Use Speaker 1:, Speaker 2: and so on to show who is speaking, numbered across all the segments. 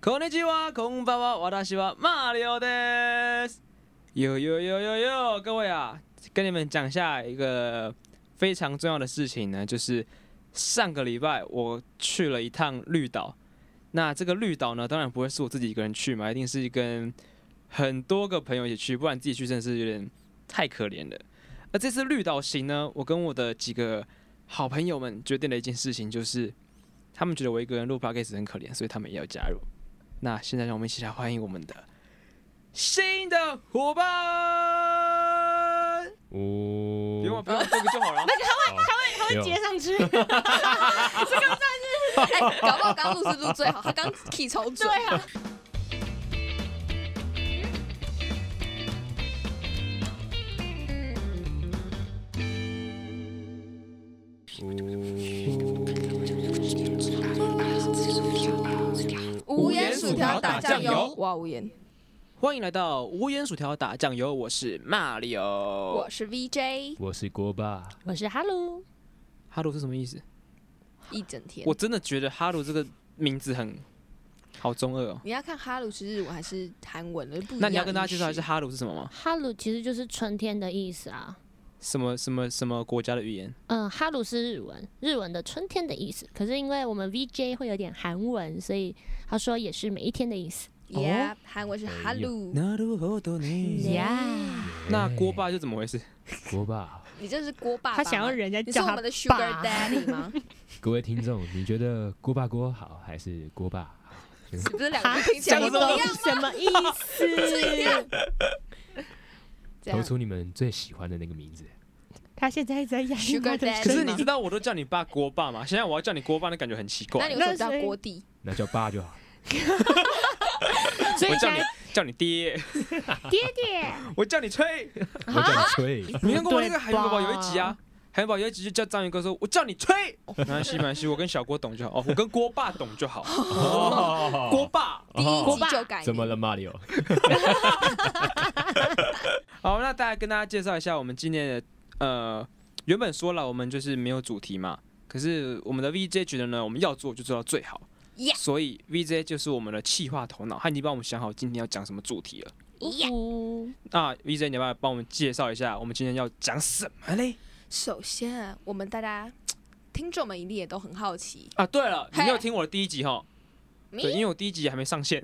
Speaker 1: こんにちは，こんばんは，私は马里奥です。有有有有有，各位啊，跟你们讲一下一个非常重要的事情呢，就是上个礼拜我去了一趟绿岛。那这个绿岛呢，当然不会是我自己一个人去嘛，一定是跟很多个朋友一起去，不然自己去真的是有点太可怜了。而这次绿岛行呢，我跟我的几个好朋友们决定了一件事情，就是他们觉得我一个人录 podcast 很可怜，所以他们也要加入。那现在让我们一起来欢迎我们的新的伙 伴，
Speaker 2: 哦
Speaker 1: 不用不用这个就好了。
Speaker 3: 他会接 上去，
Speaker 4: 哎，搞不好刚录是录最好，他刚 key 超准。
Speaker 3: 对啊，
Speaker 4: 无
Speaker 1: 盐薯条打酱油
Speaker 4: 哇，无盐，
Speaker 1: 欢迎来到无盐薯条打酱油，我是马里奥
Speaker 4: 我。是 VJ，
Speaker 2: 我是锅巴，
Speaker 3: 我是哈喽，
Speaker 1: 哈鲁是什么意思？
Speaker 4: 一整天
Speaker 1: 我。真的觉得哈鲁这个名字很好中二哦。
Speaker 4: 你要看哈鲁是日文还是韩文的？不嗯一样
Speaker 1: 那你要跟大家介绍一下
Speaker 4: 意思
Speaker 1: 哈鲁是什么吗？
Speaker 3: 哈鲁其实就是春天的意思啊。
Speaker 1: 什么什么什么国家的语言？
Speaker 3: 嗯，哈鲁是日文，日文的春天的意思。可是因为我们 VJ 会有点韩文，所以他说也是每一天的意思。
Speaker 4: Yeah，韩文是哈
Speaker 1: 哦
Speaker 4: 鲁。
Speaker 1: 哎那如何多呢？
Speaker 4: 嗯
Speaker 1: 那锅巴就怎么回事？
Speaker 2: 哎锅巴，
Speaker 4: 你这是锅爸爸吗，
Speaker 3: 他想要人家
Speaker 4: 你是
Speaker 3: 叫
Speaker 4: 我
Speaker 3: 他
Speaker 4: 们的
Speaker 3: 爸
Speaker 4: Sugar Daddy 吗？
Speaker 2: 各位听众，你觉得锅巴锅好还是锅巴好？
Speaker 4: 是不是两
Speaker 3: 哈
Speaker 4: 个听起来
Speaker 3: 讲
Speaker 4: 不一
Speaker 3: 什
Speaker 4: 样
Speaker 3: 么
Speaker 4: 吗？
Speaker 3: 什么意 思？
Speaker 4: 这
Speaker 2: 投
Speaker 4: 样
Speaker 2: 出你们最喜欢的那个名字。
Speaker 3: 他现在在养
Speaker 4: Sugar
Speaker 3: 他的
Speaker 4: Daddy
Speaker 1: 可是
Speaker 3: 声
Speaker 1: 你
Speaker 3: 音
Speaker 1: 知道我都叫你爸锅巴吗？现在我要叫你锅巴，那感觉很奇
Speaker 4: 那
Speaker 1: 怪
Speaker 4: 你。为什么
Speaker 3: 那所
Speaker 4: 叫
Speaker 3: 以
Speaker 4: 锅弟？
Speaker 2: 那叫爸 就好。
Speaker 3: 所以
Speaker 1: 我
Speaker 3: 现
Speaker 1: 叫你
Speaker 3: 在
Speaker 1: 叫你爹，
Speaker 3: 爹爹，
Speaker 1: 我叫你吹。
Speaker 2: 我叫你吹，
Speaker 1: 你看过我那个
Speaker 3: 不对吧
Speaker 1: 海绵宝宝有一集啊？海绵宝宝有一集就叫章鱼哥说：“我叫你吹。”没关系，没关系，我跟小郭懂就好。哦， 我跟锅爸懂就好。
Speaker 2: 哦
Speaker 1: 锅爸，
Speaker 4: 第一
Speaker 3: 锅
Speaker 4: 集
Speaker 3: 爸
Speaker 4: 就改名
Speaker 2: 怎么了？，Mario？
Speaker 1: 好，那大家跟大家介绍一下我们今天的呃，原本说了我们就是没有主题嘛，可是我们的 VJ 觉得呢，我们要做就做到最好
Speaker 4: Yeah
Speaker 1: 所以 VJ 就是我们的企划头脑，他已经帮我们想好今天要讲什么主题了。
Speaker 3: 呜
Speaker 1: 那 VJ 你要不要帮我们介绍一下我们今天要讲什么嘞？
Speaker 4: 首先，我们大家嗯听众们一定也都很好奇，
Speaker 1: 啊，对了，你没有
Speaker 4: 嘿
Speaker 1: 听我的第一集哈？
Speaker 4: 咪
Speaker 1: 对，因为我第一集还没上线，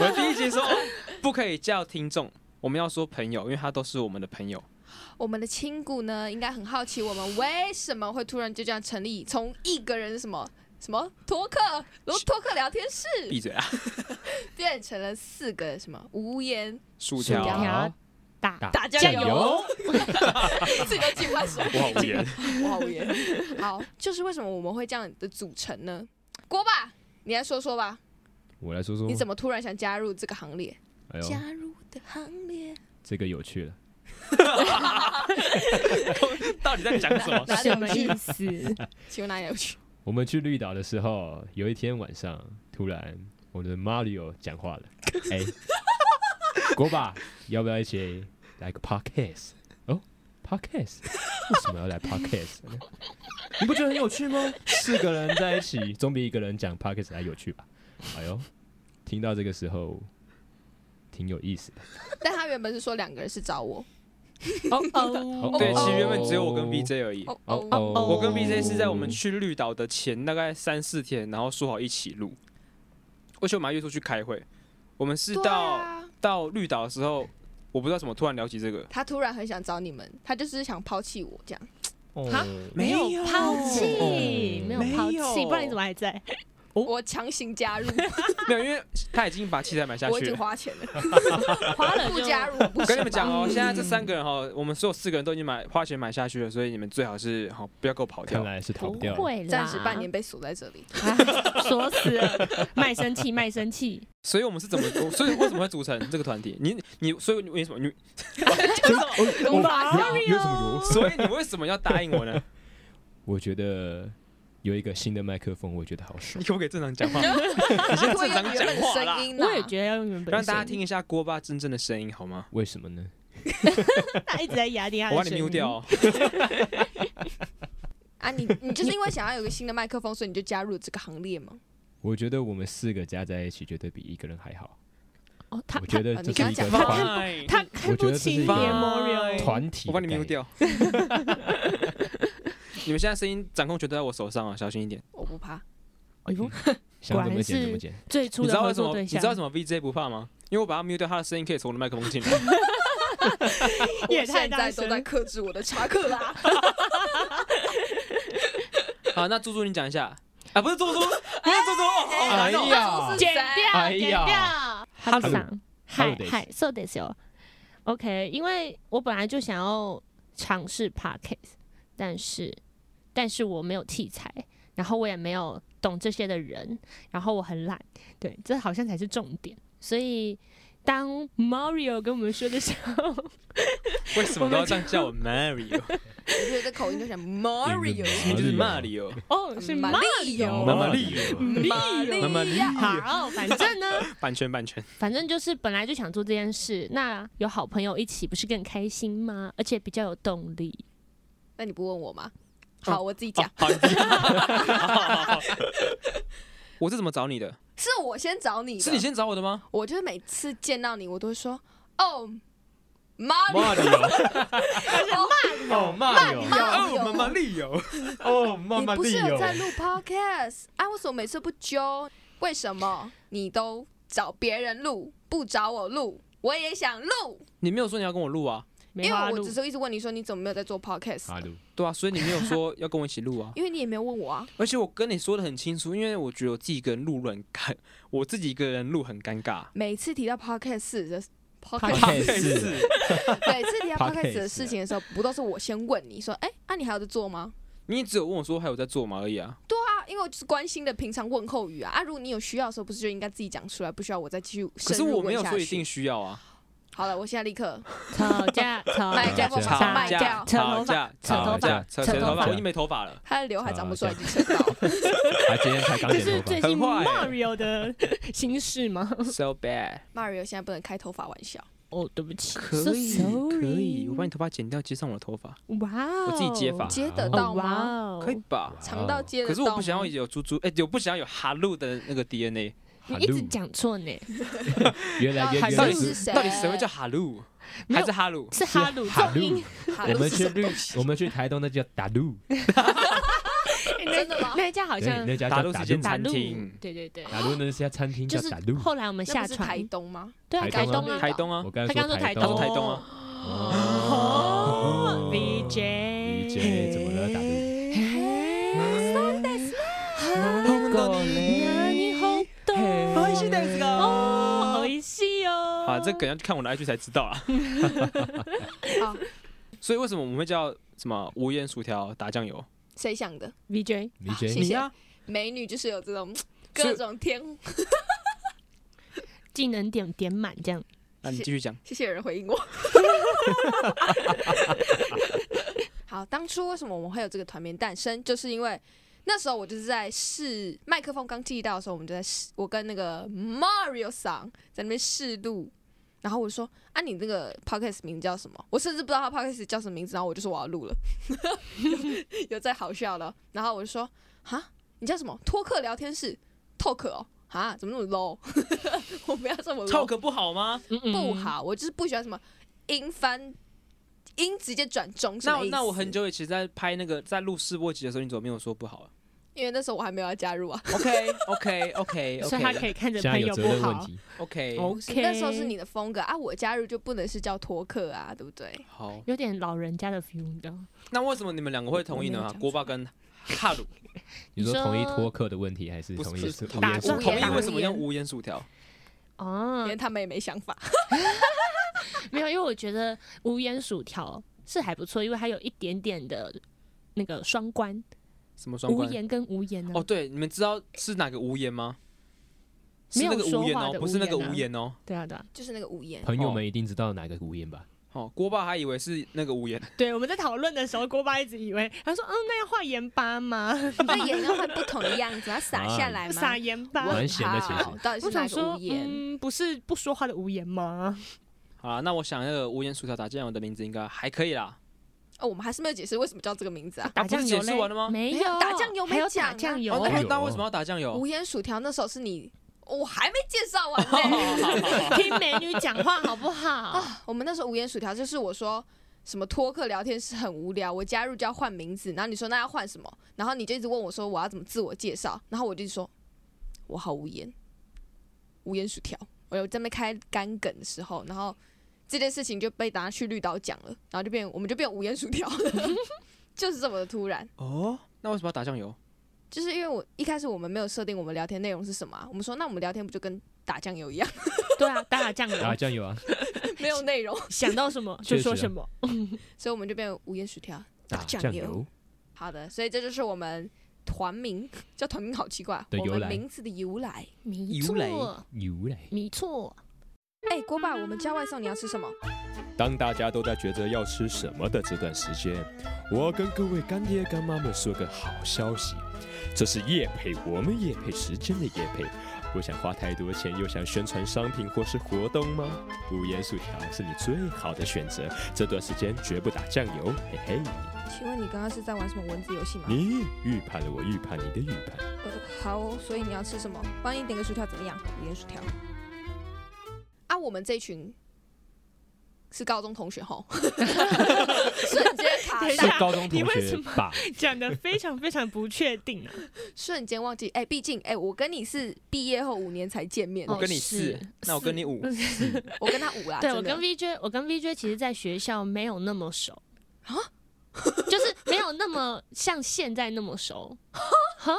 Speaker 1: 我的第一集说哦不可以叫听众，我们要说朋友，因为他都是我们的朋友。
Speaker 4: 我们的亲骨呢，应该很好奇我们为什么会突然就这样成立，从一个人什么什么托克，然后托克聊天室
Speaker 1: 闭嘴啊，
Speaker 4: 变成了四个什么无言
Speaker 1: 薯
Speaker 2: 薯
Speaker 1: 条
Speaker 3: 条打
Speaker 2: 打
Speaker 4: 打酱
Speaker 2: 酱
Speaker 4: 油，
Speaker 2: 油，
Speaker 4: 自己都计划说，
Speaker 1: 我好无言。
Speaker 4: 我好无 言。好，就是为什么我们会这样的组成呢？锅巴，你来说说吧，
Speaker 2: 我来说说
Speaker 4: 你，怎么突然想加入这个行列？
Speaker 2: 哎呦，
Speaker 4: 加入的行列，
Speaker 2: 这个有趣了。
Speaker 1: 到底在讲什么？
Speaker 4: 哪里
Speaker 3: 什
Speaker 4: 有
Speaker 3: 么
Speaker 4: 趣
Speaker 3: 意？思？
Speaker 4: 请问哪里有趣？
Speaker 2: 我们去绿岛的时候，有一天晚上，突然我的 Mario 讲 话了，哎、锅巴，要不要一起来个 podcast？哦，podcast，为什么要来 podcast 呢？你不觉得很有趣吗？四个人在一起，总比一个人讲 podcast 还有趣吧？哎呦，听到这个时候，挺有意思的。
Speaker 4: 但他原本是说两个人是找我，
Speaker 3: 哦
Speaker 1: 对，其实原本
Speaker 2: 哦
Speaker 1: 只有我跟 VJ 而已。
Speaker 4: 哦
Speaker 2: 哦
Speaker 4: 哦，
Speaker 2: 哦，
Speaker 1: 我跟 VJ 是在我们去绿岛的前大概三四天，然后说好一起录。而且我们还约出去开会，我们是
Speaker 4: 对
Speaker 1: 到
Speaker 4: 啊。
Speaker 1: 到绿岛的时候，我不知道怎么突然聊起这个。
Speaker 4: 他突然很想找你们，他就是想抛弃我这样。
Speaker 2: 哦，
Speaker 3: 没有抛
Speaker 1: 哦
Speaker 3: 弃，哦没有抛
Speaker 1: 没
Speaker 3: 弃，
Speaker 1: 有
Speaker 3: 不然你怎么还在？
Speaker 4: 我强行加入，
Speaker 1: 哦没有，因为他已经把器材买下
Speaker 4: 我已
Speaker 1: 去
Speaker 4: 经
Speaker 1: 了。
Speaker 4: 花钱了，
Speaker 3: 花了
Speaker 4: 不
Speaker 3: 就
Speaker 4: 加入我不
Speaker 1: 我
Speaker 4: 行吧。
Speaker 1: 跟你们讲 哦，现在这三个人哈，我们所有四个人都已经买花钱买下去了，所以你们最好是好不要给我跑
Speaker 2: 看
Speaker 1: 掉。
Speaker 2: 来是逃
Speaker 3: 不
Speaker 2: 不掉了。
Speaker 3: 会啦，
Speaker 4: 暂时半年被锁在这里。
Speaker 3: 哎，锁死 了，卖身契，卖身契，
Speaker 1: 所以我们是怎么， 所以为什么会组成这个团体？你你，所以你为什么你，哦
Speaker 2: 我
Speaker 3: 哇
Speaker 2: 有有什么有？
Speaker 1: 所以你为什么要答应我 呢？
Speaker 2: 我觉得有一个新的麦克风，我觉得好爽
Speaker 1: 你。可不可以正常 讲话？你先正常
Speaker 4: 原
Speaker 1: 讲
Speaker 4: 本
Speaker 1: 话啦
Speaker 4: 声。音啊呢
Speaker 3: 我？也觉得要用原本的
Speaker 1: 让大家
Speaker 3: 声音
Speaker 1: 听，一下锅巴真正的声音好吗？
Speaker 2: 为什么呢？
Speaker 3: 他一直在压低他
Speaker 1: 我把
Speaker 3: 的
Speaker 1: 你
Speaker 3: 声音
Speaker 1: mute 掉、哦。
Speaker 4: 啊，你你就是因为想要有个新的麦克风，所以你就加入这个行列吗？
Speaker 2: 我觉得我们四个加在一起，绝对比一个人还好。
Speaker 3: 哦，他
Speaker 2: 我觉得
Speaker 4: 他
Speaker 2: 这
Speaker 4: 你刚
Speaker 2: 是一
Speaker 4: 讲
Speaker 2: 个
Speaker 4: 话
Speaker 2: 团
Speaker 1: ，fine，
Speaker 3: 他看
Speaker 2: 我觉
Speaker 3: 不
Speaker 2: 得这是
Speaker 3: 起
Speaker 2: 一
Speaker 3: l
Speaker 2: 个
Speaker 1: Fine
Speaker 3: Mario，
Speaker 2: 团体
Speaker 1: 我
Speaker 2: 的
Speaker 1: 帮你
Speaker 2: 概
Speaker 1: mute
Speaker 2: 念
Speaker 1: 掉。你们现在声音掌控权都在我手上啊，小心一点。
Speaker 4: 我不怕，
Speaker 3: 哎呦，
Speaker 2: 想怎么
Speaker 3: 果然
Speaker 2: 剪怎么
Speaker 3: 是
Speaker 2: 剪。
Speaker 3: 最初
Speaker 1: 你知
Speaker 3: 的
Speaker 1: 道
Speaker 3: 合
Speaker 1: 为什
Speaker 3: 作
Speaker 1: 么？
Speaker 3: 对
Speaker 1: 你
Speaker 3: 象
Speaker 1: 知道为什么 VJ 不怕吗？因为我把他 mute 掉，他的声音可以从我的麦克风进来。
Speaker 3: 也
Speaker 4: 我
Speaker 3: 太
Speaker 4: 现
Speaker 3: 大
Speaker 4: 在都
Speaker 3: 声
Speaker 4: 在克制我的查克拉。
Speaker 1: 好，那猪猪你讲一下啊，不是猪猪， 不是猪猪，哦
Speaker 2: 哎
Speaker 1: 哦
Speaker 2: 呀
Speaker 4: 是
Speaker 3: 剪
Speaker 4: 谁
Speaker 3: 掉，
Speaker 2: 哎
Speaker 3: 剪
Speaker 2: 呀
Speaker 3: 掉，
Speaker 1: 哈
Speaker 2: 鲁
Speaker 3: 上嗨
Speaker 2: Holidays
Speaker 3: 嗨，so this 哟，OK，因为我本来就想要尝试 podcast，但是但是我没有器材，然后我也没有懂这些的人，然后我很懒，对，这好像才是重点，所以。当 Mario 跟我们说的时候，
Speaker 1: 为什么都要这样叫我 Mario？
Speaker 4: 我觉得这口音就像 Mario，
Speaker 1: 明明就是 Mario，
Speaker 3: 哦，是
Speaker 4: 玛
Speaker 3: Mario，
Speaker 4: 丽
Speaker 1: 哦
Speaker 4: 哦
Speaker 1: 妈妈力
Speaker 4: 玛丽
Speaker 2: 妈妈力
Speaker 4: 亚
Speaker 3: 好，反正呢，
Speaker 1: 版权版权。
Speaker 3: 反正就是本来就想做这件事，那有好朋友一起不是更开心吗？而且比较有动力。
Speaker 4: 那你不问我吗？好，我自己讲
Speaker 1: 哦，好，你自己好好好我是怎么找你的？
Speaker 4: 是我先找你的，
Speaker 1: 是你先找我的吗
Speaker 4: 我就是每次见到你，我都会说哦 ，Mario，
Speaker 2: Mario，哦
Speaker 4: 哦妈妈
Speaker 1: 力友，
Speaker 2: 哦妈
Speaker 4: 你不是有在录 Podcast？啊，为什么每次不揪？为什么你都找别人录，不找我录？我也想录，
Speaker 1: 你没有说你要跟我录啊？
Speaker 3: 没
Speaker 4: 因
Speaker 3: 话
Speaker 4: 为我
Speaker 3: 录
Speaker 4: 只，是一直问你说你怎么没有在做 Podcast，
Speaker 2: 哈鲁，
Speaker 1: 对啊，所以你没有说要跟我一起 录啊。
Speaker 4: 因为你也没有问我啊。
Speaker 1: 而且我跟你说的很清楚，因为我觉得我自己一个人录很尴， 我自己一个人录很尴尬。
Speaker 4: 每次提到 Podcast 的
Speaker 2: Podcast
Speaker 4: Podcast，每 次提到 Podcast 的事情的时候，不都是我先问你说，哎，啊你还有在做吗？
Speaker 1: 你只有问我说还有在做吗而已啊。
Speaker 4: 啊，因为我就是关心的平常问候语啊。啊，如果你有需要的时候，不是就应该自己讲出来，不需要我再继续
Speaker 1: 可
Speaker 4: 深
Speaker 1: 是
Speaker 4: 入
Speaker 1: 我没有
Speaker 4: 问下
Speaker 1: 说一
Speaker 4: 去
Speaker 1: 定需要啊。
Speaker 4: 好了，我现在立刻
Speaker 3: 吵架， 吵
Speaker 4: 麦
Speaker 3: 架
Speaker 2: 架，
Speaker 4: 克风马
Speaker 3: 吵
Speaker 4: 上卖
Speaker 3: 架
Speaker 4: 掉。
Speaker 3: 扯
Speaker 1: 吵
Speaker 3: 头发
Speaker 1: 架，吵
Speaker 2: 扯头
Speaker 1: 架
Speaker 2: 发，
Speaker 1: 扯
Speaker 3: 扯
Speaker 1: 谁
Speaker 3: 头
Speaker 1: 头
Speaker 3: 发
Speaker 1: 发？我已经没头发了。
Speaker 4: 他的刘海长不出来，已
Speaker 2: 啊
Speaker 4: 经扯到。
Speaker 2: 他今天才刚
Speaker 3: 这
Speaker 2: 剪
Speaker 3: 是
Speaker 2: 头
Speaker 3: 最
Speaker 2: 发，
Speaker 3: 近
Speaker 1: 很坏欸
Speaker 3: Mario 的心事吗？
Speaker 1: So bad，
Speaker 4: Mario 现在不能开头发玩笑，
Speaker 3: 哦，对不起，
Speaker 1: 可
Speaker 3: so
Speaker 1: 以
Speaker 3: sorry
Speaker 1: 可以，我把你头发剪掉，接上我的头发，
Speaker 3: 哇哦，
Speaker 1: 我自己接发
Speaker 4: 接得
Speaker 2: 哦
Speaker 4: 到
Speaker 3: 哦，哇
Speaker 4: 吗？
Speaker 3: 哦，
Speaker 1: 可以吧？
Speaker 4: 肠道接得
Speaker 1: 啊可
Speaker 4: 到
Speaker 1: 是
Speaker 4: 吗？
Speaker 1: 我不想要有猪猪，哎，我不想要有哈路的那个 DNA。
Speaker 2: 哈
Speaker 3: 你
Speaker 2: 鲁
Speaker 3: 一直，讲错呢，
Speaker 2: 原来原原
Speaker 4: 还是
Speaker 1: 到
Speaker 2: 来
Speaker 1: 底
Speaker 4: 是谁？啊
Speaker 1: 到底谁会叫哈路？
Speaker 3: 没有
Speaker 1: 还是哈路？
Speaker 3: 是哈鲁
Speaker 2: 哈
Speaker 3: 重音
Speaker 2: 鲁，，
Speaker 4: 哈
Speaker 2: 我
Speaker 4: 鲁
Speaker 2: 们
Speaker 4: 是
Speaker 2: 去
Speaker 4: 什么
Speaker 2: 绿
Speaker 4: 东，西？
Speaker 2: 我们去台东那叫打路，
Speaker 4: 真的吗？
Speaker 3: 那一家好
Speaker 2: 对，
Speaker 3: 像
Speaker 2: 那家
Speaker 1: 打
Speaker 2: 叫
Speaker 1: 鹿是
Speaker 2: 打
Speaker 1: 间
Speaker 2: 路，
Speaker 3: 打
Speaker 1: 餐
Speaker 3: 路
Speaker 1: 厅，啊
Speaker 3: 对对对，
Speaker 2: 打路那家餐厅
Speaker 3: 就
Speaker 2: 叫
Speaker 3: 是
Speaker 2: 打路。
Speaker 3: 后来我们
Speaker 4: 那
Speaker 3: 下
Speaker 4: 不是台
Speaker 3: 船，
Speaker 4: 东吗？
Speaker 3: 对啊，
Speaker 2: 台
Speaker 3: 台
Speaker 2: 东啊
Speaker 3: 东啊，
Speaker 1: 台东啊，
Speaker 2: 我刚
Speaker 3: 他
Speaker 2: 才
Speaker 3: 刚刚
Speaker 2: 说
Speaker 3: 说台
Speaker 2: 台
Speaker 3: 东，
Speaker 1: 他说台东啊
Speaker 2: 哦
Speaker 3: 哦 VJ
Speaker 2: VJ 怎么了打
Speaker 3: 嘿
Speaker 1: 本当に
Speaker 3: 何本当に
Speaker 1: 美味しいですか
Speaker 3: 哦，美味しい哦。
Speaker 1: 啊，这梗要去看我的 IG 才知道啊。
Speaker 4: 好，
Speaker 1: 所以为什么我们会叫什么无盐薯条打酱油？
Speaker 4: 谁想的？
Speaker 3: VJ，
Speaker 4: 谢
Speaker 2: VJ，
Speaker 4: 谢
Speaker 1: 你啊，
Speaker 4: 美女就是有这种
Speaker 1: 所以
Speaker 4: 各种天，
Speaker 3: 技能点点满这样。
Speaker 1: 那你继续讲。
Speaker 4: 谢谢有人回应我。 好，当初为什么我们会有这个团名诞生，就是因为那时候我就是在试麦克风刚寄到的时候，我们就在试，我跟那个 Mario 桑在那边试录，然后我说啊，你那个 podcast 名叫什么？我甚至不知道他 podcast 叫什么名字，然后我就说我要录了， 有在好笑了，然后我就说哈，你叫什么？托克聊天室，talk 哦，啊，怎么那么 low？我 不要这么 low。
Speaker 1: talk 不好吗？
Speaker 3: 嗯嗯
Speaker 4: 不。好，我就是不喜欢什么音翻音直接转中什
Speaker 1: 那
Speaker 4: 么
Speaker 1: 我
Speaker 4: 意思
Speaker 1: 那我很，久以前在拍那个在录试播集的时候，你怎么没有说不好啊
Speaker 4: 因为那时候我还没有要加入啊，
Speaker 1: ？OK OK OK
Speaker 3: 所以他可
Speaker 1: OK
Speaker 3: 以看着
Speaker 2: 现在
Speaker 3: 朋
Speaker 2: 有
Speaker 3: 友
Speaker 2: 责
Speaker 3: 不
Speaker 2: 任问
Speaker 3: 好。
Speaker 2: 题，
Speaker 1: OK
Speaker 3: 哦
Speaker 4: 不是那时候
Speaker 3: OK
Speaker 4: 是你的风格啊，我加入就不能是叫托克啊，对不对？
Speaker 1: 好。
Speaker 3: 有点老人家的 feel，你知道吗？
Speaker 1: 那为什么你们两个会同意
Speaker 4: 我没有
Speaker 1: 呢
Speaker 4: 讲？错
Speaker 1: 锅巴跟哈鲁
Speaker 2: 你说
Speaker 3: 你说
Speaker 2: 同意托客的问题，还是
Speaker 1: 不是
Speaker 2: 同
Speaker 1: 不
Speaker 2: 意
Speaker 1: 是
Speaker 2: 无
Speaker 3: 打
Speaker 2: 言
Speaker 3: 算
Speaker 2: 薯
Speaker 1: 同
Speaker 2: 条
Speaker 1: 意
Speaker 4: 打
Speaker 1: 为什么用无盐薯条？
Speaker 4: 因
Speaker 3: 哦
Speaker 4: 为，他们也没想法，
Speaker 3: 没有，因为我觉得无烟薯条是还不错，因为它有一点点的那个双关，
Speaker 1: 什么双
Speaker 3: 无啊
Speaker 1: 关？
Speaker 3: 言跟无言呢
Speaker 1: 哦，。对，你们知道是哪个无盐吗？是
Speaker 3: 没有
Speaker 1: 那个无
Speaker 3: 说
Speaker 1: 盐
Speaker 3: 话
Speaker 1: 哦
Speaker 3: 的，
Speaker 1: 不是那个
Speaker 3: 无言啊
Speaker 1: 无盐哦。
Speaker 3: 对啊，对啊，
Speaker 4: 就是那个无 言。
Speaker 2: 朋友们一定知道哪个无言 吧？
Speaker 1: 哦，锅巴还以为是那个无盐，
Speaker 3: 对。我们在讨论的时候，锅巴一直以为他说：“嗯，那要画盐巴吗？
Speaker 4: 那眼要换不同的样子，要撒下 来吗？
Speaker 3: 盐
Speaker 4: 我
Speaker 3: 巴
Speaker 4: 很
Speaker 2: 蛮闲的
Speaker 4: 怕
Speaker 2: 其实
Speaker 4: 到底
Speaker 3: 我
Speaker 4: 是哪
Speaker 3: 想
Speaker 4: 个
Speaker 3: 说
Speaker 4: 无，言？
Speaker 3: 嗯，不是不说话的无言吗？
Speaker 1: 好啦，那我想那个无盐薯条打酱油的名字应该还可以啦。
Speaker 4: 哦，我们还是没有解释为什么叫这个名字啊。
Speaker 1: 啊
Speaker 3: 打
Speaker 1: 不是
Speaker 3: 酱油
Speaker 1: 解释
Speaker 3: 嘞
Speaker 1: 完了吗
Speaker 3: 没
Speaker 4: 没有
Speaker 3: 有，
Speaker 4: 打酱油没
Speaker 3: 还有啊
Speaker 4: 讲
Speaker 3: 打
Speaker 4: 啊
Speaker 3: 酱 油
Speaker 1: 哦，
Speaker 2: 哎
Speaker 1: 那
Speaker 2: 有
Speaker 1: 那为什么要打酱油
Speaker 4: 无？烟薯条那时候是你，我还没介绍完呢、
Speaker 3: 听美女讲话好不好？
Speaker 4: 啊，我们那时候无烟薯条就是我说什么托客聊天是很无聊，我加入就要换名字，然后你说那要换什么，然后你就一直问我说我要怎么自我介绍，然后我就说我好无言，无烟薯条。我有在那边开干梗的时候，然后这件事情就被拿去绿岛讲了，然后就变我们就变无烟薯条了，就是这么的突然。
Speaker 1: 哦，那为什么要打酱油？
Speaker 3: 哦
Speaker 4: 就是因为我一开始我们没有设定我们聊天内容是什么啊、我们说那我们聊天不就跟打酱油一样，
Speaker 3: 对啊，打打酱
Speaker 2: 打
Speaker 3: 油，
Speaker 2: 酱油啊，
Speaker 4: 没有内容，
Speaker 3: 想到什么
Speaker 2: 确实啊
Speaker 3: 就说什么。
Speaker 4: 所以我们就变无烟薯条。
Speaker 2: 打
Speaker 4: 酱
Speaker 2: 酱
Speaker 4: 油
Speaker 2: 油。
Speaker 4: 好的，所以这就是我们团名， 叫团名好奇怪，
Speaker 2: 的
Speaker 4: 我
Speaker 2: 由
Speaker 4: 们
Speaker 2: 来
Speaker 4: 名字的由来。
Speaker 3: 没
Speaker 1: 油雷
Speaker 3: 错，
Speaker 2: 油嘞！
Speaker 3: 没错。
Speaker 4: 哎、锅巴，我们叫外送，你要吃什么？
Speaker 2: 当大家都在抉择要吃什么的这段时间，我要跟各位干爹干妈们说个好消息，这是夜配，我们夜配时间的夜配。不想花太多钱，又想宣传商品或是活动吗？无盐薯条是你最好的选择，这段时间绝不打酱油，嘿嘿。
Speaker 4: 请问你刚刚是在玩什么文字游戏吗？
Speaker 2: 你预判了我预判你的预判。
Speaker 4: 呃，好哦、所以你要吃什么？帮你点个薯条怎么样？盐薯条。啊，我们这一群是高中同学吼， 瞬间卡
Speaker 3: 等一
Speaker 4: 带
Speaker 3: 下，
Speaker 2: 高中
Speaker 3: 你
Speaker 2: 同
Speaker 3: 为
Speaker 2: 学
Speaker 3: 什么
Speaker 2: 吧？
Speaker 3: 讲的非常非常不确定啊。
Speaker 4: 瞬间忘记。哎、毕竟哎、我跟你是毕业后五年才见面的，
Speaker 1: 我跟你
Speaker 3: 哦
Speaker 1: 四
Speaker 3: 是，
Speaker 1: 那我跟你五，
Speaker 4: 我跟他五啦，啊
Speaker 3: 对
Speaker 4: 真
Speaker 3: 我
Speaker 4: 的
Speaker 3: 跟 VJ，我跟 VJ 其实在学校没有那么熟啊， 就是没有那么像现在那么 熟。哈，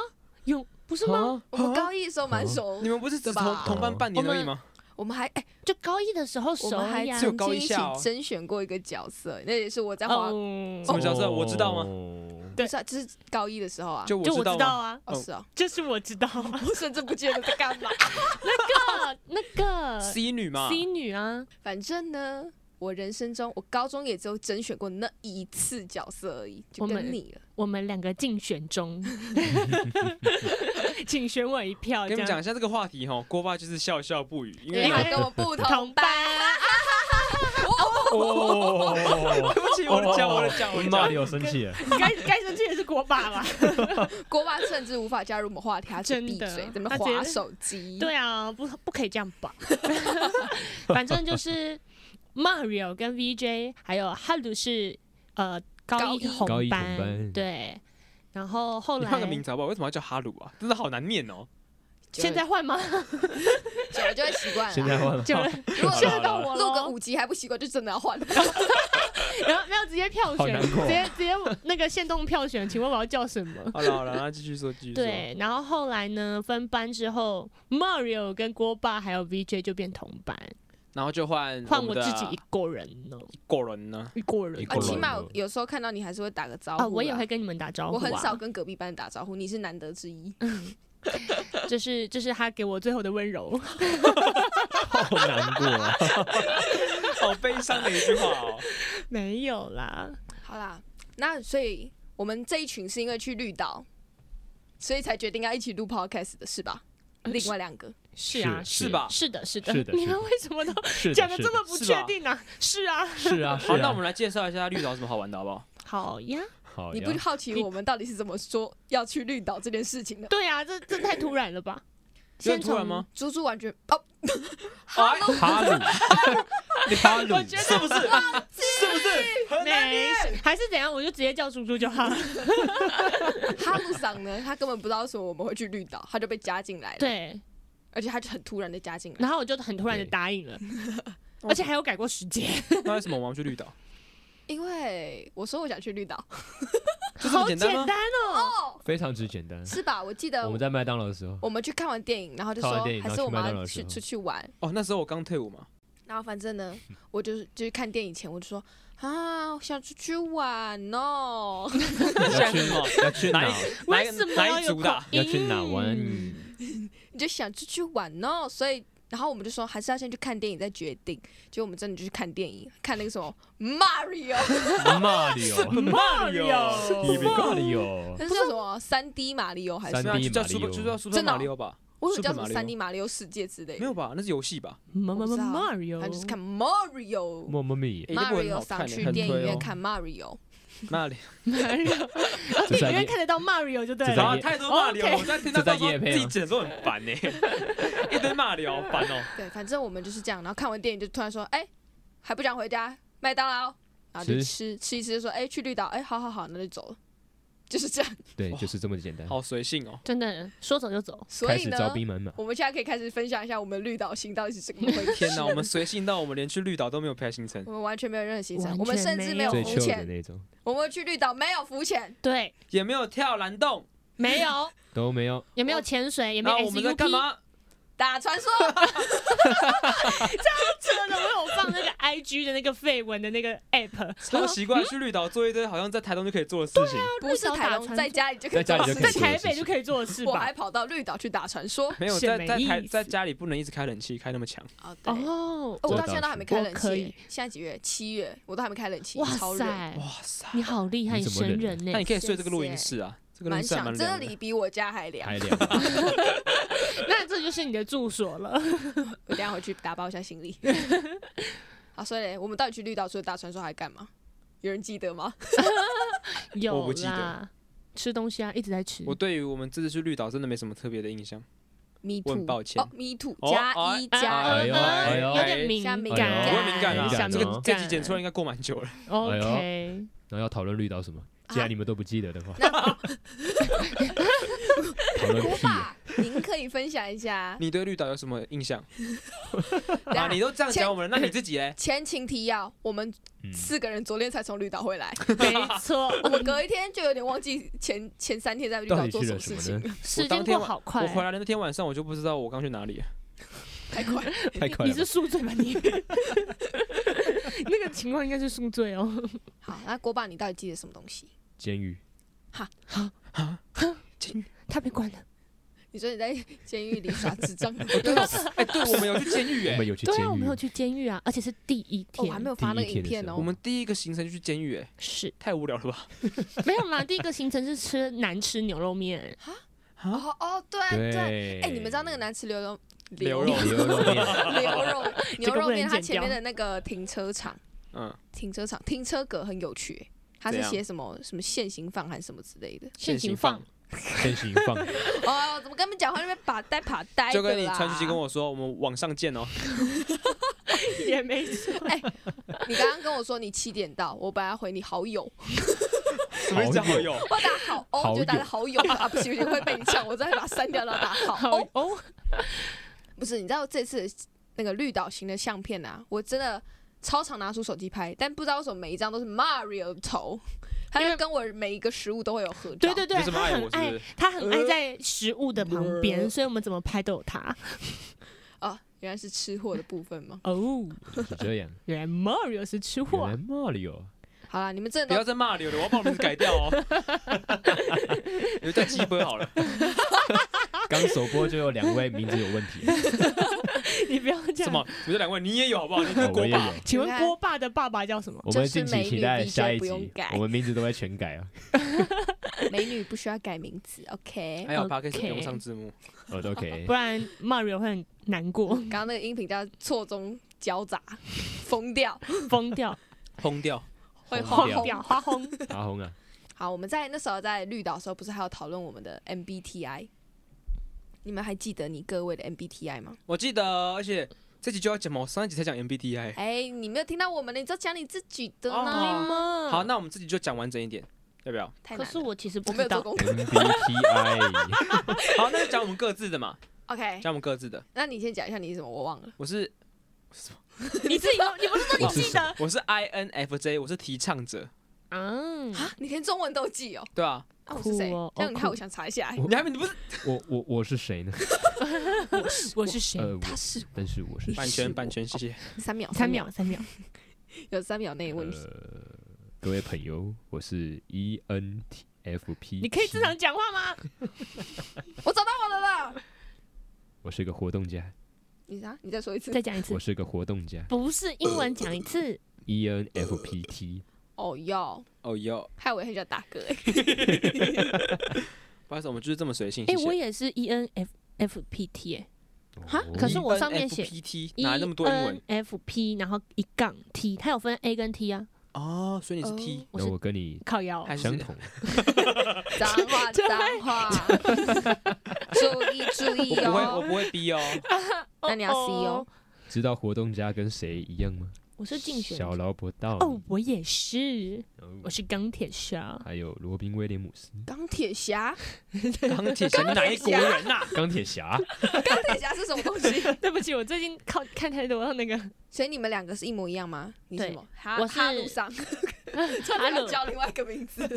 Speaker 3: 有不是吗？
Speaker 1: 啊
Speaker 4: 我们高一的时候蛮
Speaker 2: 哦
Speaker 4: 熟
Speaker 1: 你，们不是只
Speaker 4: 对吧
Speaker 1: 同同班半年而已吗？
Speaker 4: 我们还哎、
Speaker 3: 就高一的时候
Speaker 4: 我
Speaker 3: 熟
Speaker 4: 们还
Speaker 3: 呀
Speaker 1: 只。有
Speaker 4: 曾
Speaker 1: 高
Speaker 4: 经
Speaker 1: 一
Speaker 4: 一起
Speaker 1: 下哦
Speaker 4: 甄选过一个角色，那也是我在华，嗯
Speaker 3: 哦
Speaker 1: 什，么角色我知道吗
Speaker 2: 吗？
Speaker 4: 不是、啊，就是高一的时候啊。
Speaker 1: 就我
Speaker 3: 就我
Speaker 1: 道
Speaker 3: 知道
Speaker 1: 吗？
Speaker 3: 啊，
Speaker 4: 哦，是哦，
Speaker 3: 就是我知道啊，
Speaker 4: 甚至不记得在干嘛。
Speaker 3: 那个 那 个
Speaker 1: C 女嘛，
Speaker 3: C 女啊，
Speaker 4: 反正呢，我人生中，我高中也只有甄选过那一次角色而已，就
Speaker 3: 我们
Speaker 4: 跟 你了。
Speaker 3: 我们两个竞选 中，请选我一票。
Speaker 1: 跟你们
Speaker 3: 这
Speaker 1: 讲
Speaker 3: 样
Speaker 1: 一下这个话题哈，锅巴就是笑笑不语，因为
Speaker 4: 因为跟我 不同
Speaker 3: 啊同
Speaker 4: 班，
Speaker 1: 啊
Speaker 3: 班，
Speaker 2: 哦，
Speaker 1: 对不起， 我的脚，我的脚，我的
Speaker 2: 马
Speaker 1: 脚。
Speaker 2: 里有生气了，
Speaker 3: 该该生气的是国爸吧？
Speaker 4: 国爸甚至无法加入我们话题，他只
Speaker 3: 真
Speaker 4: 闭
Speaker 3: 的
Speaker 4: 嘴，怎么
Speaker 3: 他直接
Speaker 4: 划手机？
Speaker 3: 对啊，不不可以这样吧？ 反正就是 Mario 跟 VJ 还有哈鲁是呃高一
Speaker 4: 高
Speaker 3: 红
Speaker 2: 一
Speaker 3: 班，
Speaker 2: 高一红班
Speaker 3: 对。然后后
Speaker 1: 你
Speaker 3: 来
Speaker 1: 换个名字好不好？为什么要叫哈鲁啊？真的好难念哦。
Speaker 4: 久了，
Speaker 3: 现在换吗？
Speaker 4: 久了就会习惯
Speaker 2: 现
Speaker 4: 了
Speaker 2: 在
Speaker 4: 啊。
Speaker 2: 换了
Speaker 3: 就
Speaker 4: 如果
Speaker 3: 吓到 我
Speaker 4: 录个
Speaker 3: 了，
Speaker 4: 五集还不习惯，就真的要换了。
Speaker 3: 然后没有直接票
Speaker 2: 好
Speaker 3: 选，
Speaker 2: 难过
Speaker 3: 直接直接那个限动票选，请问我要叫 什么？
Speaker 1: 好了好了，那继续说，继续说。
Speaker 3: 对，然后后来呢，分班之后，Mario 跟锅爸还有 VJ 就变同班，
Speaker 1: 然后就换
Speaker 3: 换
Speaker 1: 嗯我们
Speaker 3: 我
Speaker 1: 的
Speaker 3: 自己一个人呢，
Speaker 1: 个人呢。
Speaker 3: 一个人
Speaker 2: 一个
Speaker 4: 啊，
Speaker 2: 人
Speaker 4: 起码有有时候看到你还是会打个招呼
Speaker 3: 啊，
Speaker 4: 啦。
Speaker 3: 我也会跟你们打招呼、
Speaker 4: 我
Speaker 3: 啊，
Speaker 4: 很少跟隔壁班打招呼，你是难得之一。
Speaker 3: 这是这是他给我最后的温柔。
Speaker 2: 好难过啊！
Speaker 1: 好悲伤的一句话 哦。
Speaker 3: 没有啦，
Speaker 4: 好啦，那所以我们这一群是因为去绿岛，所以才决定要一起录 podcast 的是吧？另外两个，
Speaker 3: 是啊，
Speaker 2: 呃是
Speaker 1: 是吧
Speaker 3: 是的，是的，
Speaker 2: 是的
Speaker 3: 你
Speaker 2: 是
Speaker 3: 们
Speaker 2: 的
Speaker 3: 为什么都
Speaker 2: 是
Speaker 3: 讲的这么不
Speaker 1: 是的
Speaker 3: 确定啊？是啊，
Speaker 2: 是啊，是
Speaker 1: 好，
Speaker 2: 啊。
Speaker 1: 那我们来介绍一下绿岛有什么好玩的，好不好？
Speaker 3: 好呀，
Speaker 2: 好
Speaker 4: 你
Speaker 2: 哦呀
Speaker 4: 不好奇我们到底是怎么说要去绿岛这件事情的？
Speaker 3: 对啊，这这太突然了吧？
Speaker 1: 有
Speaker 3: 先
Speaker 1: 点突然
Speaker 3: 从
Speaker 1: 吗？
Speaker 4: 猪猪完全哦，
Speaker 1: 哎，
Speaker 2: 哈 鲁，哈 鲁，
Speaker 1: 是不是？ 是不是？很难
Speaker 3: 没
Speaker 1: 念。
Speaker 3: 事，还是怎样？我就直接叫叔叔就好了。
Speaker 4: 哈鲁桑呢，他根本不知道说我们会去绿岛，他就被加进来了，
Speaker 3: 对，
Speaker 4: 而且他就很突然的加进来。
Speaker 3: 然后我就很突然的
Speaker 2: 对
Speaker 3: 答应了， 而且还有改过时间，
Speaker 1: 那为什么我们要去绿岛？
Speaker 4: 因为我说我想去 绿岛，
Speaker 1: 就这么
Speaker 3: 好
Speaker 1: 简
Speaker 3: 简
Speaker 1: 单吗
Speaker 3: 单哦。
Speaker 2: 非常之简单。
Speaker 4: 是吧？我记得
Speaker 2: 我们在麦当劳的 时候，
Speaker 4: 我们去看完电影，然后就
Speaker 2: 看完
Speaker 4: 说
Speaker 2: 电影
Speaker 4: 还
Speaker 2: 然后
Speaker 4: 是
Speaker 2: 去
Speaker 4: 我们
Speaker 2: 麦当劳
Speaker 4: 要
Speaker 2: 的
Speaker 4: 去
Speaker 2: 时候
Speaker 4: 出去玩，
Speaker 1: 哦，那时候我刚退伍嘛。
Speaker 4: 然后反正呢，我就是就是看电影前我就说啊，我想出去玩哦。
Speaker 2: 要去要去
Speaker 1: 哪
Speaker 2: 哪？
Speaker 1: 一哪
Speaker 3: 为
Speaker 1: 一
Speaker 3: 什么
Speaker 1: 哪一
Speaker 3: 有
Speaker 1: 组的啊
Speaker 3: 口？音
Speaker 2: 要去哪
Speaker 3: 嗯
Speaker 2: 玩？
Speaker 4: 你就想出去玩哦，所以然后我们就说还是要先去看电影再决定。结果我们真的就去看电影，看那个什么 Mario，
Speaker 2: 马里奥，
Speaker 1: Mario
Speaker 2: 你别马里奥，
Speaker 4: 那是叫什么三 D 马里奥还是
Speaker 2: 三
Speaker 1: 对啊，就叫
Speaker 2: 3D 马
Speaker 1: Super
Speaker 2: 里奥
Speaker 1: 就叫 Super
Speaker 4: 真的哦
Speaker 1: 马里奥吧？
Speaker 4: 我有叫什么
Speaker 1: Super Mario
Speaker 4: 三 D 马里奥世界之类
Speaker 1: 没
Speaker 4: 的？
Speaker 1: 有吧？那是游戏吧？
Speaker 3: 妈妈
Speaker 4: 我不
Speaker 3: 妈
Speaker 4: 知道
Speaker 3: 妈 Mario，
Speaker 4: 他就是看 Mario。
Speaker 2: 默默咪，
Speaker 1: 哎，那部很
Speaker 4: Mario
Speaker 1: 好
Speaker 4: 想
Speaker 1: 看，
Speaker 4: 去
Speaker 1: 很
Speaker 4: 电影
Speaker 1: 推
Speaker 4: 院
Speaker 1: 哦。
Speaker 4: 看 Mario，
Speaker 1: 马里，
Speaker 2: 这
Speaker 3: 你
Speaker 2: 算
Speaker 3: 因为
Speaker 2: 业
Speaker 3: 看得到 Mario 就对
Speaker 2: 这
Speaker 1: 然后
Speaker 2: 算
Speaker 3: 了哦
Speaker 2: 业。
Speaker 1: 啊太多马里，
Speaker 3: OK
Speaker 1: 我在听到
Speaker 2: 这在
Speaker 1: 到时候
Speaker 2: 业配
Speaker 1: 自己
Speaker 2: 吗
Speaker 1: 剪的时候很烦呢， 一堆马里好烦哦。
Speaker 4: 对，反正我们就是这样。然后看完电影就突然说，哎、还不想回家，麦当劳，然后就
Speaker 2: 吃
Speaker 4: 吃吃一吃，就说，哎、去绿岛，哎、好好好，那就走了， 就是这样。
Speaker 2: 对，
Speaker 1: 哇
Speaker 2: 就是这么简单。
Speaker 1: 好随性哦，
Speaker 3: 真的说走就走，
Speaker 4: 所
Speaker 2: 开
Speaker 4: 以
Speaker 2: 始
Speaker 4: 呢，
Speaker 2: 招兵买马，
Speaker 4: 我们现在可以开始分享一下我们绿岛行到底是怎么回事。
Speaker 1: 天哪，我们随性到我们连去绿岛都没有排行程
Speaker 4: 我，们完全没有任何行程
Speaker 3: 完，
Speaker 4: 我们
Speaker 3: 全
Speaker 4: 甚至
Speaker 3: 没
Speaker 4: 没
Speaker 3: 有
Speaker 2: 最
Speaker 4: 有浮
Speaker 2: chill 的
Speaker 4: 潜，
Speaker 2: 那种
Speaker 4: 我们去绿岛没有浮潜，
Speaker 3: 对，
Speaker 1: 也没有跳蓝洞，
Speaker 3: 没有，
Speaker 2: 都没有。
Speaker 3: 也没有潜水，也没
Speaker 1: 然
Speaker 3: 有
Speaker 1: 后我们在
Speaker 3: SUP，
Speaker 1: 干嘛？
Speaker 4: 打传 说。
Speaker 3: 真的，我有放那个 IG 的那个绯闻的那个 app，
Speaker 1: 超奇怪，去绿岛做一堆好像在台东就可以做的事情，
Speaker 4: 不是台东，在家里就可
Speaker 2: 在
Speaker 4: 以
Speaker 2: 家里
Speaker 4: 做
Speaker 2: 就可
Speaker 4: 事
Speaker 3: 在
Speaker 2: 以
Speaker 4: 情
Speaker 2: 做
Speaker 3: 台北就可以做的事
Speaker 4: 我
Speaker 3: 吧
Speaker 4: 还？跑到绿岛去打传说。
Speaker 1: 没有
Speaker 3: 是
Speaker 1: 在
Speaker 3: 没
Speaker 1: 在台
Speaker 3: 意思
Speaker 1: 在家里不能一直开冷气开那么强，
Speaker 4: 哦，对。哦
Speaker 3: 哦，
Speaker 4: 我
Speaker 2: 这
Speaker 4: 到
Speaker 2: 倒
Speaker 4: 现在都
Speaker 2: 是
Speaker 4: 还没开
Speaker 3: 我
Speaker 4: 冷
Speaker 3: 可
Speaker 4: 气
Speaker 3: 以
Speaker 4: 耶，现在几月？七月，我都还没开冷气，
Speaker 3: 哇
Speaker 4: 超热。
Speaker 3: 塞，
Speaker 1: 哇塞！
Speaker 3: 你好厉害，
Speaker 2: 你怎么
Speaker 3: 神
Speaker 2: 忍
Speaker 3: 人呢
Speaker 1: 那？你可以睡这个
Speaker 4: 谢
Speaker 1: 录音
Speaker 4: 谢
Speaker 1: 室啊，这个录
Speaker 4: 蛮
Speaker 1: 音室还
Speaker 4: 想，
Speaker 1: 蛮
Speaker 4: 真的
Speaker 1: 凉的
Speaker 4: 离。比我家还凉。
Speaker 2: 还两个，
Speaker 3: 那这就是你的住 所了。
Speaker 4: 我等一下回去打包一下 行李。好，所以嘞我们到底去绿岛除了打传说还干嘛？有人记得吗？
Speaker 1: 我
Speaker 3: 有
Speaker 1: 不记得
Speaker 3: 啦，吃东西啊，一直在吃。
Speaker 1: 我对于我们这次去绿岛真的没什么特别的印象，
Speaker 4: Me
Speaker 1: 我
Speaker 4: too，
Speaker 1: 很抱歉
Speaker 4: 哦。，Me too，
Speaker 1: 哦
Speaker 4: 加一
Speaker 3: 啊
Speaker 4: 加
Speaker 2: 哎
Speaker 4: 二
Speaker 2: 呦
Speaker 3: 嗯
Speaker 2: 哎呦
Speaker 3: 有点敏
Speaker 4: 下
Speaker 3: 感，
Speaker 4: 敏
Speaker 2: 感
Speaker 1: 我会敏感啊，
Speaker 2: 哎
Speaker 3: 哦
Speaker 1: 这个这集剪出来
Speaker 3: 来
Speaker 1: 应该过蛮久了。
Speaker 3: ，OK，
Speaker 2: 然后要讨论绿岛什么？
Speaker 4: 啊
Speaker 2: 既然你们都不记得的话，
Speaker 4: 哦
Speaker 2: 讨论
Speaker 4: 锅
Speaker 2: 屁啊！
Speaker 4: 巴，您可以分享一下。
Speaker 1: 你对绿岛有什么印象
Speaker 4: 等一
Speaker 1: 啊？
Speaker 4: 下
Speaker 1: 你都这样
Speaker 4: 前
Speaker 1: 讲我们了，那你自己嘞？
Speaker 4: 前情提要，我们
Speaker 2: 嗯，
Speaker 4: 四个人昨天才从绿岛回来，
Speaker 1: 哎
Speaker 3: 没 错，
Speaker 4: 我们隔一天就有点忘记前 前三天在绿
Speaker 2: 到
Speaker 4: 岛
Speaker 2: 底
Speaker 4: 做
Speaker 2: 去
Speaker 4: 什
Speaker 2: 了
Speaker 4: 么
Speaker 2: 什
Speaker 4: 事
Speaker 2: 么
Speaker 4: 情
Speaker 2: 呢？，
Speaker 3: 时
Speaker 1: 当
Speaker 3: 间
Speaker 1: 天
Speaker 3: 过
Speaker 1: 晚
Speaker 3: 好
Speaker 1: 我
Speaker 3: 快，
Speaker 1: 回来的那天晚上，我就不知道我刚去哪里了。
Speaker 4: 太快了。
Speaker 2: 太快
Speaker 3: 你
Speaker 2: 了
Speaker 3: 是
Speaker 2: 吧。
Speaker 3: 宿醉吧 你？那个情况应该是宿醉哦。
Speaker 4: 好，那锅巴，你到底记得什么东西？
Speaker 2: 监狱
Speaker 3: 他被关了，
Speaker 4: 你说你在监狱里耍智 障，
Speaker 1: 哎，对，我们有去监狱
Speaker 2: 我
Speaker 1: 哎
Speaker 2: 们，有去
Speaker 3: 对
Speaker 2: 监
Speaker 3: 啊，我
Speaker 2: 狱
Speaker 3: 们有，去监狱啊，而且是第一
Speaker 4: 哦我
Speaker 3: 天，
Speaker 4: 还没有发那个影片
Speaker 1: 我
Speaker 4: 哦。
Speaker 1: 们第一个行程就去监狱哎，
Speaker 3: 是
Speaker 1: 太无聊了吧？
Speaker 3: 没有啦。第一个行程是吃难吃牛 肉面，
Speaker 4: 哦哦，对对，
Speaker 2: 对，
Speaker 4: 哎，你们知道那个难吃牛肉
Speaker 1: 牛
Speaker 4: 牛
Speaker 1: 肉
Speaker 2: 牛肉面，
Speaker 4: 肉牛肉面，
Speaker 3: 这个不能剪掉
Speaker 4: 它前面的那个停车场，
Speaker 3: 哦
Speaker 1: 嗯，
Speaker 4: 停车场停车格很有趣欸，它是
Speaker 1: 怎样
Speaker 4: 写什么什么现行犯还是什么之类的。
Speaker 3: 现行放，
Speaker 2: 先行放，
Speaker 4: 哦，怎么跟他们讲话那边把呆把呆
Speaker 1: 就跟你传
Speaker 4: 传
Speaker 1: 讯息跟我说，我们网上见 哦。
Speaker 3: 也没错。
Speaker 4: 哎你刚刚跟我说你七点到，我本来回你好友，
Speaker 1: 什么叫好友？
Speaker 4: 我打好
Speaker 2: 好
Speaker 4: 哦，
Speaker 2: 友
Speaker 4: 就打了好友啊，不行不行，会被你呛，我再把它删掉，然后打好哦。
Speaker 3: 哦，
Speaker 4: 不是，你知道这次那个绿岛型的相片啊，我真的超常拿出手机拍，但不知道为什么每一张都是 Mario 的头，他
Speaker 3: 因
Speaker 4: 就
Speaker 3: 为
Speaker 4: 跟我每一个食物都会有合照。
Speaker 3: 对对对，
Speaker 1: 你这么
Speaker 3: 他
Speaker 1: 爱
Speaker 3: 很
Speaker 1: 我是不
Speaker 3: 爱
Speaker 1: 是，
Speaker 3: 他很爱在食物的旁边，所以我们怎么拍都有他。
Speaker 4: 哦，原来是吃货的部分吗？
Speaker 3: 哦，
Speaker 2: 是这样。
Speaker 3: 原来 Mario 是吃
Speaker 2: 原
Speaker 3: 货
Speaker 2: 来
Speaker 3: 啊，
Speaker 2: Mario
Speaker 4: 好啦，你们真
Speaker 1: 不
Speaker 4: 的
Speaker 1: 要
Speaker 4: 都
Speaker 1: 再骂流了，我要把我名字改掉 哦。 你们叫鸡波好了，
Speaker 2: 刚首播就有两位名字有问 题，
Speaker 3: 你不要这
Speaker 1: 什么
Speaker 3: 样。？
Speaker 1: 我这两位你也有好不好？你
Speaker 2: 哦
Speaker 1: 是
Speaker 2: 我
Speaker 1: 锅
Speaker 2: 也
Speaker 1: 巴
Speaker 2: 有。
Speaker 3: 请问
Speaker 4: 你看
Speaker 3: 郭爸的爸爸叫什么？
Speaker 2: 我们敬请期待下一集
Speaker 4: 就是美女 DJ 不用改，
Speaker 2: 我们名字都会全改啊，
Speaker 4: 美女不需要改名字，OK？
Speaker 1: 还有 p o d
Speaker 3: 哎 OK
Speaker 1: c 用上字幕，
Speaker 2: 我都哦 OK
Speaker 3: 不。然 Mario 会很难 过，
Speaker 4: 刚刚那个音频叫错综交杂，疯掉，
Speaker 3: 疯掉、
Speaker 1: 轰掉。
Speaker 4: 会
Speaker 2: 疯
Speaker 4: 花
Speaker 2: 掉
Speaker 3: 晃
Speaker 4: 红。
Speaker 3: 掉、花红。
Speaker 2: 阿红啊，
Speaker 4: 好，我们在那时候在绿岛的时候，不是还有讨论我们的 MBTI？你们还记得你各位的 MBTI 吗？
Speaker 1: 我记得，而且这集就要讲嘛，我上一集才讲 MBTI。
Speaker 4: 哎、你没有听到我们的，你就讲你自己的呢。
Speaker 1: 哦
Speaker 3: 嗯
Speaker 1: 好，那我们自己就讲完整一点，要不要？
Speaker 4: 太
Speaker 3: 可
Speaker 4: 难
Speaker 3: 是
Speaker 4: 了，
Speaker 3: 我其实不
Speaker 4: 我没
Speaker 3: 知
Speaker 4: 有做
Speaker 3: 道，
Speaker 4: 功 课。
Speaker 2: MBTI
Speaker 3: 哎
Speaker 1: 好，那就讲我们各自的嘛，
Speaker 4: OK，
Speaker 1: 讲我们各自的。
Speaker 4: 那你先讲一下你是什么，我忘了。
Speaker 1: 我是
Speaker 3: 你自己你不是说你记得？
Speaker 1: 我是 INFJ，我是提倡者，
Speaker 3: 嗯，
Speaker 4: 啊，你连中文都记哦？
Speaker 1: 对啊，
Speaker 4: 啊，我是谁？
Speaker 3: 酷哦
Speaker 4: 这样你看，
Speaker 3: 哦酷
Speaker 4: 我想查一下。
Speaker 2: 我
Speaker 1: 你还没你不是
Speaker 2: 我我我是谁呢？
Speaker 3: 我是谁？
Speaker 2: 呃，我
Speaker 4: 他是
Speaker 2: 但是我
Speaker 3: 哎
Speaker 2: 是
Speaker 1: 版权版权，谢谢。
Speaker 4: 三秒，
Speaker 3: 三秒，，三秒。
Speaker 4: 有三秒内的问题。
Speaker 2: 呃，各位朋友，我是 E ENTFP，
Speaker 3: 你可以正常讲话吗？呃
Speaker 4: 我找到我的了。
Speaker 2: 我是个活动家，
Speaker 4: 你啥？你再说一次
Speaker 3: 再。讲一
Speaker 2: 我
Speaker 3: 次，
Speaker 2: 是个活动家，E
Speaker 3: 不是英文讲一次。
Speaker 2: ，ENFPT，
Speaker 4: 哦哟，
Speaker 1: 哦哟，
Speaker 4: 害我也很想打 嗝、欸。
Speaker 1: 不好意思，我们就是这么随性。
Speaker 3: 哎
Speaker 1: 谢，谢
Speaker 3: 我也是 E N F F P T 哎
Speaker 2: 哈
Speaker 3: 可是
Speaker 1: 哎
Speaker 3: 我上面写
Speaker 1: ENFPT
Speaker 3: ，E
Speaker 1: 哪来那么多英
Speaker 3: N
Speaker 1: 文？
Speaker 3: F P，然后一杠 T，它有分 A 跟 T 啊。
Speaker 1: 哦，所以你是
Speaker 4: 哦
Speaker 1: T，
Speaker 3: 我
Speaker 2: 那
Speaker 3: 是
Speaker 2: 我跟你
Speaker 3: 靠腰，
Speaker 1: 还是
Speaker 2: 相同，
Speaker 4: 脏话
Speaker 3: 这
Speaker 4: 脏话， 注意注
Speaker 1: 我
Speaker 4: 意
Speaker 1: 不会，我
Speaker 4: 哦。
Speaker 1: 不会 B 哦。
Speaker 4: 那你要 C 哦，
Speaker 2: 知道活动家跟谁一样吗？
Speaker 3: 我是竞选
Speaker 2: 小劳勃道
Speaker 3: 哦，我也是，
Speaker 2: 尼，
Speaker 3: 我是钢铁侠，
Speaker 2: 还有罗宾威廉姆斯，
Speaker 4: 钢铁侠，
Speaker 1: 钢铁侠，你哪一国人啊呐、
Speaker 2: 钢铁侠，
Speaker 4: 钢铁侠是什么东 西？
Speaker 3: 对不起，我最近靠看太多那个
Speaker 4: 所以你们两个是一模一样吗？你是
Speaker 3: 对
Speaker 4: 什么？哈
Speaker 3: 我是
Speaker 4: 哈鲁 桑，
Speaker 3: 哈
Speaker 4: 要
Speaker 3: 鲁，
Speaker 4: 叫另外一个名 字。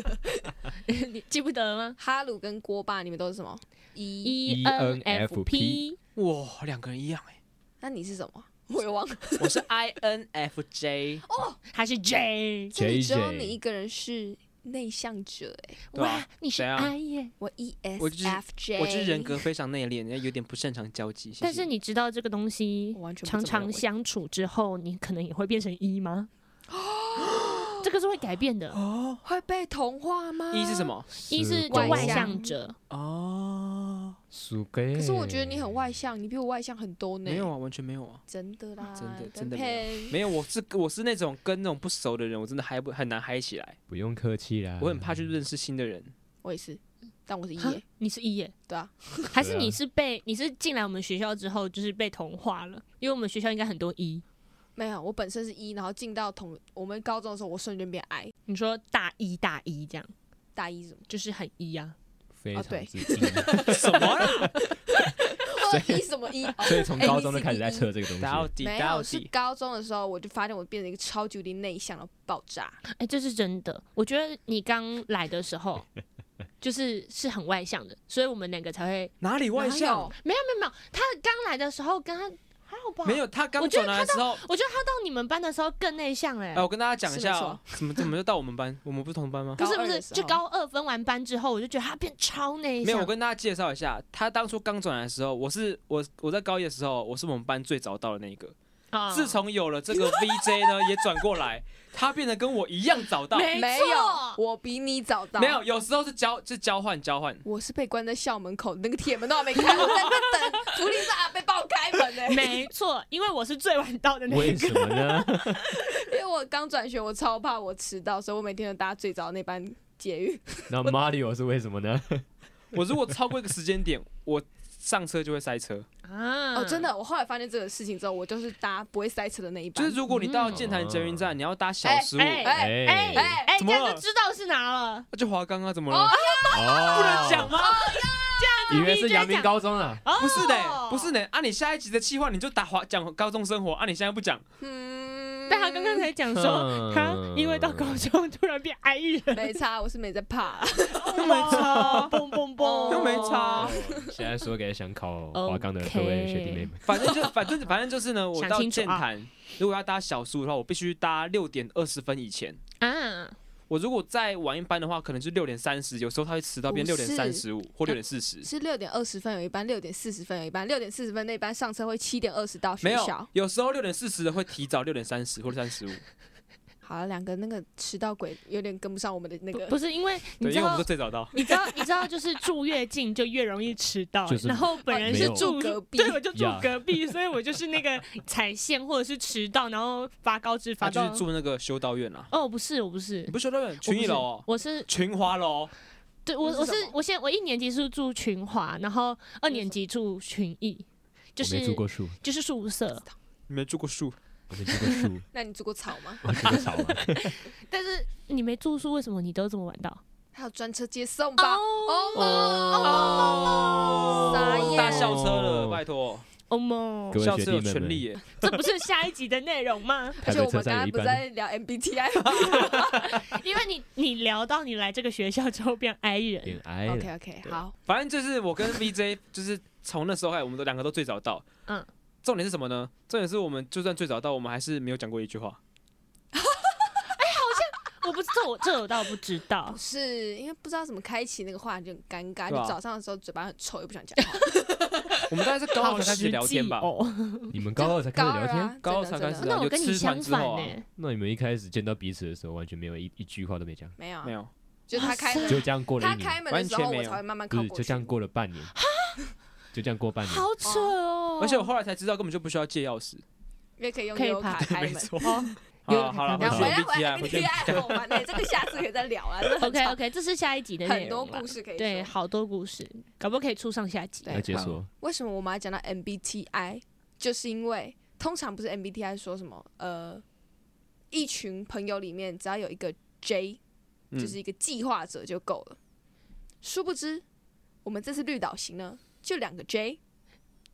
Speaker 3: 你记不得吗
Speaker 4: 哈鲁跟锅巴，你们都是什么？一，
Speaker 3: ？E N F
Speaker 2: ENFP
Speaker 3: P，
Speaker 1: 哇，两个人一样哎、
Speaker 4: 那你是什么？我也忘了。
Speaker 1: 我是 INFJ，
Speaker 3: 还是 J？
Speaker 4: 这里只有
Speaker 2: JJ
Speaker 4: 你一个人是内向者哎，
Speaker 1: 对啊
Speaker 3: 哇，你是
Speaker 1: 谁啊
Speaker 3: I 耶！
Speaker 4: 我 E
Speaker 1: 我就是
Speaker 4: S F J，
Speaker 1: 我就是人格非常内敛，有点不擅长交际。谢谢
Speaker 3: 但是你知道这个东西
Speaker 4: 我完全不这么
Speaker 3: 常常
Speaker 4: 认为
Speaker 3: 相处之后，你可能也会变成 E 吗？这个是会改变的。
Speaker 1: 哦，
Speaker 4: 会被同化吗？
Speaker 1: 一是什？么？
Speaker 3: 一是
Speaker 4: 外
Speaker 3: 外
Speaker 4: 向
Speaker 3: 向者，
Speaker 1: 哦，
Speaker 2: 苏给。
Speaker 4: 可是我觉得你很外向，你比我外向很多呢。
Speaker 1: 没有啊，完全没有啊，
Speaker 4: 真的啦，
Speaker 1: 真的
Speaker 4: 跟
Speaker 1: 真的
Speaker 4: 佩
Speaker 1: 没有。我是我是那种跟那种不熟的人，我真的嗨不很难嗨起来，
Speaker 2: 不用客气啦，
Speaker 1: 我很怕去认识新的人。
Speaker 4: 我也是，但我是 E，
Speaker 3: 哈你是 E 耶，
Speaker 4: 对啊，
Speaker 3: 还是你是被你是进来我们学校之后就是被同化了？因为我们学校应该很多 E。
Speaker 4: 没有，我本身是 E，然后进到同我们高中的时候，我瞬间变 I，
Speaker 3: 你说大一大一这样，
Speaker 4: 大一什么？
Speaker 3: 就是很 E 啊。
Speaker 2: 非
Speaker 4: 哦
Speaker 2: 常
Speaker 4: 对
Speaker 2: 自信，
Speaker 1: 什么啦？
Speaker 4: 我 E 什么 E？哦
Speaker 2: 所以从高中就
Speaker 4: ABCDE
Speaker 2: 开始在测这个 东
Speaker 1: 到
Speaker 2: 西。
Speaker 1: 底
Speaker 4: 没
Speaker 1: 到
Speaker 4: 有，是
Speaker 1: 底
Speaker 4: 高中的时候我就发现我变成一个超级无敌内向的爆炸。
Speaker 3: 哎、这是真的。我觉得你刚来的时候， 就是是很外向的，所以我们两个才会
Speaker 1: 哪里外
Speaker 4: 哪
Speaker 1: 向
Speaker 4: 有？
Speaker 3: 没有没有没有。他刚来的时候跟他还好吧？
Speaker 1: 没。有，他刚
Speaker 3: 我觉
Speaker 1: 转
Speaker 3: 得
Speaker 1: 来的时候，
Speaker 3: 我觉得他到你们班的时候更内向哎、
Speaker 1: 哎、我跟大家讲一下、哦， 怎么怎么就到我们班？我们不是同班吗？
Speaker 3: 不是不
Speaker 4: 高二
Speaker 3: 是，
Speaker 4: 的时
Speaker 3: 就
Speaker 4: 候
Speaker 3: 高二分完班之后，我就觉得他变超内向。
Speaker 1: 没有，我跟大家介绍一下，他当初刚转来的时候，我是我我在高一的时候，我是我们班最早到的那一个。
Speaker 3: 啊
Speaker 1: 自从有了这个 VJ 呢，也转过来，他变得跟我一样早到。
Speaker 3: 没
Speaker 4: 没
Speaker 3: 错
Speaker 4: 有，我比你早到。
Speaker 1: 没有，，有时候是交是交换交换。
Speaker 4: 我是被关在校门口，那个铁门都还没开，我在那边等福利社阿被爆开门呢、欸
Speaker 3: 没错，因为我是最晚到的那
Speaker 2: 为
Speaker 3: 一
Speaker 2: 什么
Speaker 3: 个。
Speaker 2: 呢？
Speaker 4: 因为我刚转学，我超怕我迟到，所以我每天都搭最早那班捷
Speaker 1: 嗯
Speaker 4: 运。
Speaker 2: 那 Mario 是为什么呢？
Speaker 1: 我如果超过一个时间点，我上车就会塞车。
Speaker 3: 啊
Speaker 4: 哦，真。的，我后来发现这个事情之后，我就是搭不会塞车的那一
Speaker 1: 就
Speaker 4: 班。
Speaker 1: 是如果你到建潭捷运站，你要搭小十五，
Speaker 3: 哦哎
Speaker 2: 哎
Speaker 3: 哎
Speaker 4: 哎
Speaker 3: 哎，
Speaker 1: 怎么
Speaker 3: 这样
Speaker 1: 了
Speaker 3: 就知道是哪了。
Speaker 1: 那就华冈啊，怎么了？
Speaker 2: 哦，
Speaker 1: 不能讲吗？
Speaker 2: 以为是阳明高中啊。
Speaker 3: 哦
Speaker 1: 不是的，不是的。啊，你下一集的计划你就打华讲高中生活，啊，你现在不讲，
Speaker 4: 嗯
Speaker 3: 但他刚刚才讲哦说，
Speaker 2: 嗯
Speaker 3: 他因为到高中突然变 I 人，哦
Speaker 4: 没差，我是没在怕。
Speaker 1: 又没差，
Speaker 3: 蹦蹦蹦，
Speaker 1: 又没
Speaker 3: 哦
Speaker 1: 差。
Speaker 2: 现在说给想考华冈的各位学弟妹们，
Speaker 1: 反正就反正反正就是呢，我
Speaker 3: 想
Speaker 1: 到
Speaker 3: 清楚
Speaker 1: 建
Speaker 3: 啊
Speaker 1: 潭，如果要搭小十五的话，我必须搭六点二十分以前。
Speaker 3: 啊！
Speaker 1: 我如果再晚一班的话，可能就六点三十，有时候他会迟到变六
Speaker 4: 不
Speaker 1: 点
Speaker 4: 是
Speaker 1: 三十五
Speaker 3: 呃
Speaker 1: 或六点四十。
Speaker 4: 是六点二十分有一班，六点四十分有一班，六点四十分那班上车会七点二十到
Speaker 1: 没
Speaker 4: 学
Speaker 1: 有
Speaker 4: 校，。
Speaker 1: 有时候六点四十的会提早六点三十或者三十五，
Speaker 4: 好了，两个那个迟到鬼有点跟不上我们的那
Speaker 3: 不
Speaker 4: 个。哦
Speaker 3: 不是因为你
Speaker 1: 对，
Speaker 3: 知
Speaker 1: 因为我们
Speaker 3: 道
Speaker 1: 是，最早到。
Speaker 3: 你知道，你知道，就是住越近就越容易迟到
Speaker 2: 就。是
Speaker 3: 然后本人
Speaker 2: 没
Speaker 3: 是
Speaker 2: 有
Speaker 3: 住
Speaker 4: 住隔壁
Speaker 3: 对，我就住
Speaker 2: 呀
Speaker 3: 隔壁，所以我就是那个踩线或者是迟到，然后发高知
Speaker 1: 他
Speaker 3: 发
Speaker 1: 啊就是
Speaker 3: 到。
Speaker 1: 住那个修道院啦。
Speaker 3: 哦，不是，我不是
Speaker 1: 你，不是修道院，
Speaker 3: 我不
Speaker 1: 群艺
Speaker 3: 是
Speaker 1: 楼哦，
Speaker 3: 我是
Speaker 1: 群华楼。
Speaker 3: 对我
Speaker 4: 那是
Speaker 3: 我是
Speaker 4: 什么
Speaker 3: 我现在我一年级是住群华，然后二年级住群艺，就
Speaker 2: 我
Speaker 3: 是
Speaker 2: 没住过树，
Speaker 3: 就是宿舍，
Speaker 1: 你没住过树，
Speaker 2: 我没住过树，
Speaker 4: 那你住过草吗？
Speaker 2: 我住过草啊嘛。
Speaker 3: 但是你没住宿，为什么你都这么晚到？哦
Speaker 4: 还有专车接送吧？
Speaker 1: 哦
Speaker 4: 傻眼
Speaker 1: 大校车了，拜托，
Speaker 3: 哦莫
Speaker 2: 各，位
Speaker 1: 校
Speaker 2: 学
Speaker 1: 车
Speaker 2: 弟
Speaker 1: 有
Speaker 2: 妹
Speaker 1: 权
Speaker 2: 们
Speaker 1: 利，耶。
Speaker 3: 这不是下一集的内容吗？
Speaker 2: 台
Speaker 4: 而且
Speaker 2: 北
Speaker 4: 我
Speaker 2: 车
Speaker 4: 们刚
Speaker 2: 站
Speaker 4: 刚
Speaker 2: 有一
Speaker 4: 不是
Speaker 2: 班，
Speaker 4: 在聊 MBTI 吗
Speaker 3: 因为你你聊到你来这个学校之后变 I 人
Speaker 2: 变，矮了。
Speaker 4: ？OK OK，好，
Speaker 1: 反正就是我跟 VJ，就是从那时候开始，我们都两个都最早到。
Speaker 3: 嗯，
Speaker 1: 重点是什么呢？重点是我们就算最早到，我们还是没有讲过一句话。
Speaker 3: 我不知这我这我倒不知道
Speaker 4: 不，是因为不知道怎么开启那个话题就很尴尬，
Speaker 1: 对啊
Speaker 4: 就早上的时候嘴巴很臭，又不想讲话。
Speaker 1: 我们大概是高二才开始聊 天吧。
Speaker 3: 好实际哦。
Speaker 2: 你们高二才开始
Speaker 4: 高
Speaker 2: 聊
Speaker 4: 二
Speaker 2: 天，
Speaker 4: 啊，
Speaker 1: 高二
Speaker 4: 真的
Speaker 1: 才开
Speaker 4: 真
Speaker 1: 始
Speaker 4: 的
Speaker 1: 啊
Speaker 3: 那我跟你
Speaker 1: 有
Speaker 3: 相反欸
Speaker 1: 吃饭之后
Speaker 3: 呢、
Speaker 1: 啊
Speaker 2: 那你们一开始见到彼此的时候，完全没有一一句话都没讲，
Speaker 4: 没有啊
Speaker 1: 没，有，
Speaker 4: 就是他开
Speaker 2: 就
Speaker 4: 门，
Speaker 2: 这样过了
Speaker 4: 他
Speaker 2: 一年
Speaker 4: 开，门的时
Speaker 1: 完
Speaker 4: 候
Speaker 1: 全
Speaker 4: 我
Speaker 1: 没有
Speaker 4: 才会慢慢
Speaker 2: 不
Speaker 4: 靠
Speaker 2: 是
Speaker 4: 过
Speaker 2: 就
Speaker 4: 去
Speaker 2: 这。样过了半年，就这样过半年。
Speaker 3: 好扯哦！
Speaker 1: 而且我后来才知道，根本就不需要借钥匙。
Speaker 4: 因为可以用
Speaker 3: 可以
Speaker 4: 悠游
Speaker 3: 吧
Speaker 4: 卡开
Speaker 1: 没
Speaker 4: 门，
Speaker 1: 错，
Speaker 3: 哦，有点
Speaker 1: 好啊好了，
Speaker 3: 看
Speaker 4: 然
Speaker 3: 到
Speaker 4: 后
Speaker 1: 回
Speaker 4: 啊回
Speaker 1: 去 BTR，回
Speaker 4: 来回来跟 T
Speaker 1: 去
Speaker 4: I 好玩呢，这个下次可以再聊啊。真的很
Speaker 3: OK
Speaker 4: 长
Speaker 3: OK，这是下一集的内
Speaker 4: 很多
Speaker 3: 容啦
Speaker 4: 故事可以
Speaker 3: 对，
Speaker 4: 说。
Speaker 3: 好多故事，搞不好可以出上下集。
Speaker 4: 对
Speaker 2: 来解
Speaker 4: 好
Speaker 2: 说，
Speaker 4: 为什么我们要讲到 MBTI？就是因为通常不是 MBTI 说什么呃，一群朋友里面只要有一个 J，
Speaker 1: 嗯
Speaker 4: 就是一个计划者就够了。殊不知，我们这次绿岛行呢，就两个 J，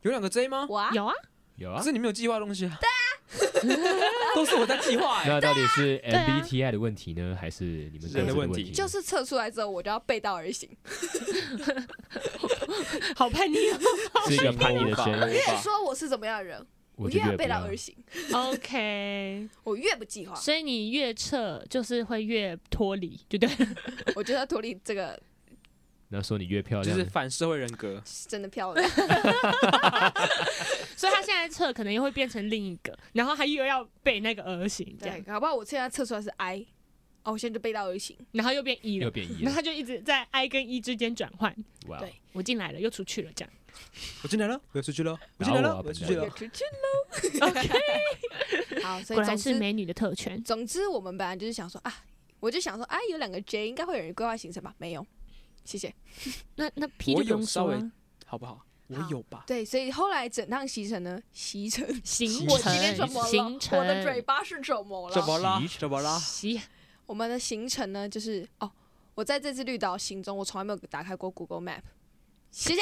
Speaker 1: 有两个 J 吗？
Speaker 4: 哇，
Speaker 3: 有啊，
Speaker 2: 有
Speaker 1: 可
Speaker 2: 啊。
Speaker 1: 是你没有计划的东西啊。 都是我在计划 哎。
Speaker 2: 那到底是
Speaker 3: 啊
Speaker 2: MBTI 的问题呢，还是你
Speaker 1: 人
Speaker 2: 们各自
Speaker 1: 的
Speaker 2: 的
Speaker 1: 问
Speaker 2: 问
Speaker 1: 题
Speaker 2: 题？
Speaker 4: 就是测出来之后我就要背道而行。
Speaker 3: 好叛逆哦。
Speaker 2: 是一个叛逆的
Speaker 1: 我无法
Speaker 2: 圈，
Speaker 1: 我无
Speaker 4: 越
Speaker 1: 法
Speaker 4: 说我是怎么样的人，
Speaker 2: 我就
Speaker 4: 越
Speaker 2: 觉
Speaker 4: 要
Speaker 2: 得
Speaker 4: 背
Speaker 2: 不
Speaker 4: 道
Speaker 2: 要
Speaker 4: 而。行，
Speaker 3: 哦 OK，
Speaker 4: 我越不计划，
Speaker 3: 所以你越撤就是会越脱离，就对 了。
Speaker 4: 我觉得脱离这个
Speaker 2: 那说你越漂
Speaker 1: 就
Speaker 2: 亮
Speaker 1: 是，反社会人格，
Speaker 4: 是真的漂亮。
Speaker 3: 所以他现在撤可能又会变成另一个，然后他又要被那个而行这
Speaker 4: 对
Speaker 3: 样，，
Speaker 4: 搞不好我现在测出来是 I，哦，我现在就背道而行。
Speaker 3: 然后又变一
Speaker 2: 又
Speaker 3: 了，
Speaker 2: 变异
Speaker 3: 然后
Speaker 2: 了。
Speaker 3: 他就一直在 I 跟 E 之间转换。
Speaker 2: 哇哦
Speaker 4: 对，
Speaker 3: 我进来了，又出去了，这样。
Speaker 1: 我进来了，我要出去了，我进来
Speaker 2: 然后
Speaker 1: 了，
Speaker 2: 我
Speaker 1: 我要出
Speaker 2: 对
Speaker 1: 去
Speaker 4: 也
Speaker 1: 了。
Speaker 4: 出去
Speaker 3: OK，
Speaker 4: 了。好，所
Speaker 3: 果
Speaker 4: 以总
Speaker 3: 然是
Speaker 4: 之，
Speaker 3: 美女的特权。
Speaker 4: 总之我们本来就是想说啊，我就想说，哎、有两个 J 应该会有人规划行程吧？没有，谢谢。
Speaker 3: 那那 P
Speaker 1: 我
Speaker 3: 就
Speaker 1: 有
Speaker 3: 不用
Speaker 1: 稍
Speaker 3: 说
Speaker 1: 微
Speaker 3: 啊，
Speaker 1: 好不好？我
Speaker 4: 好
Speaker 1: 有吧？
Speaker 4: 对，所以后来整趟行程呢，行程，
Speaker 3: 行
Speaker 4: 我今天怎么
Speaker 3: 行
Speaker 4: 了？
Speaker 3: 程，
Speaker 4: 我的嘴巴是怎么
Speaker 1: 怎
Speaker 4: 了？
Speaker 1: 么啦
Speaker 2: 洗？
Speaker 1: 怎么啦？
Speaker 3: 行
Speaker 4: 我们的行程呢，就是哦，我在这次绿岛行中，我从来没有打开过 Google Map，谢谢，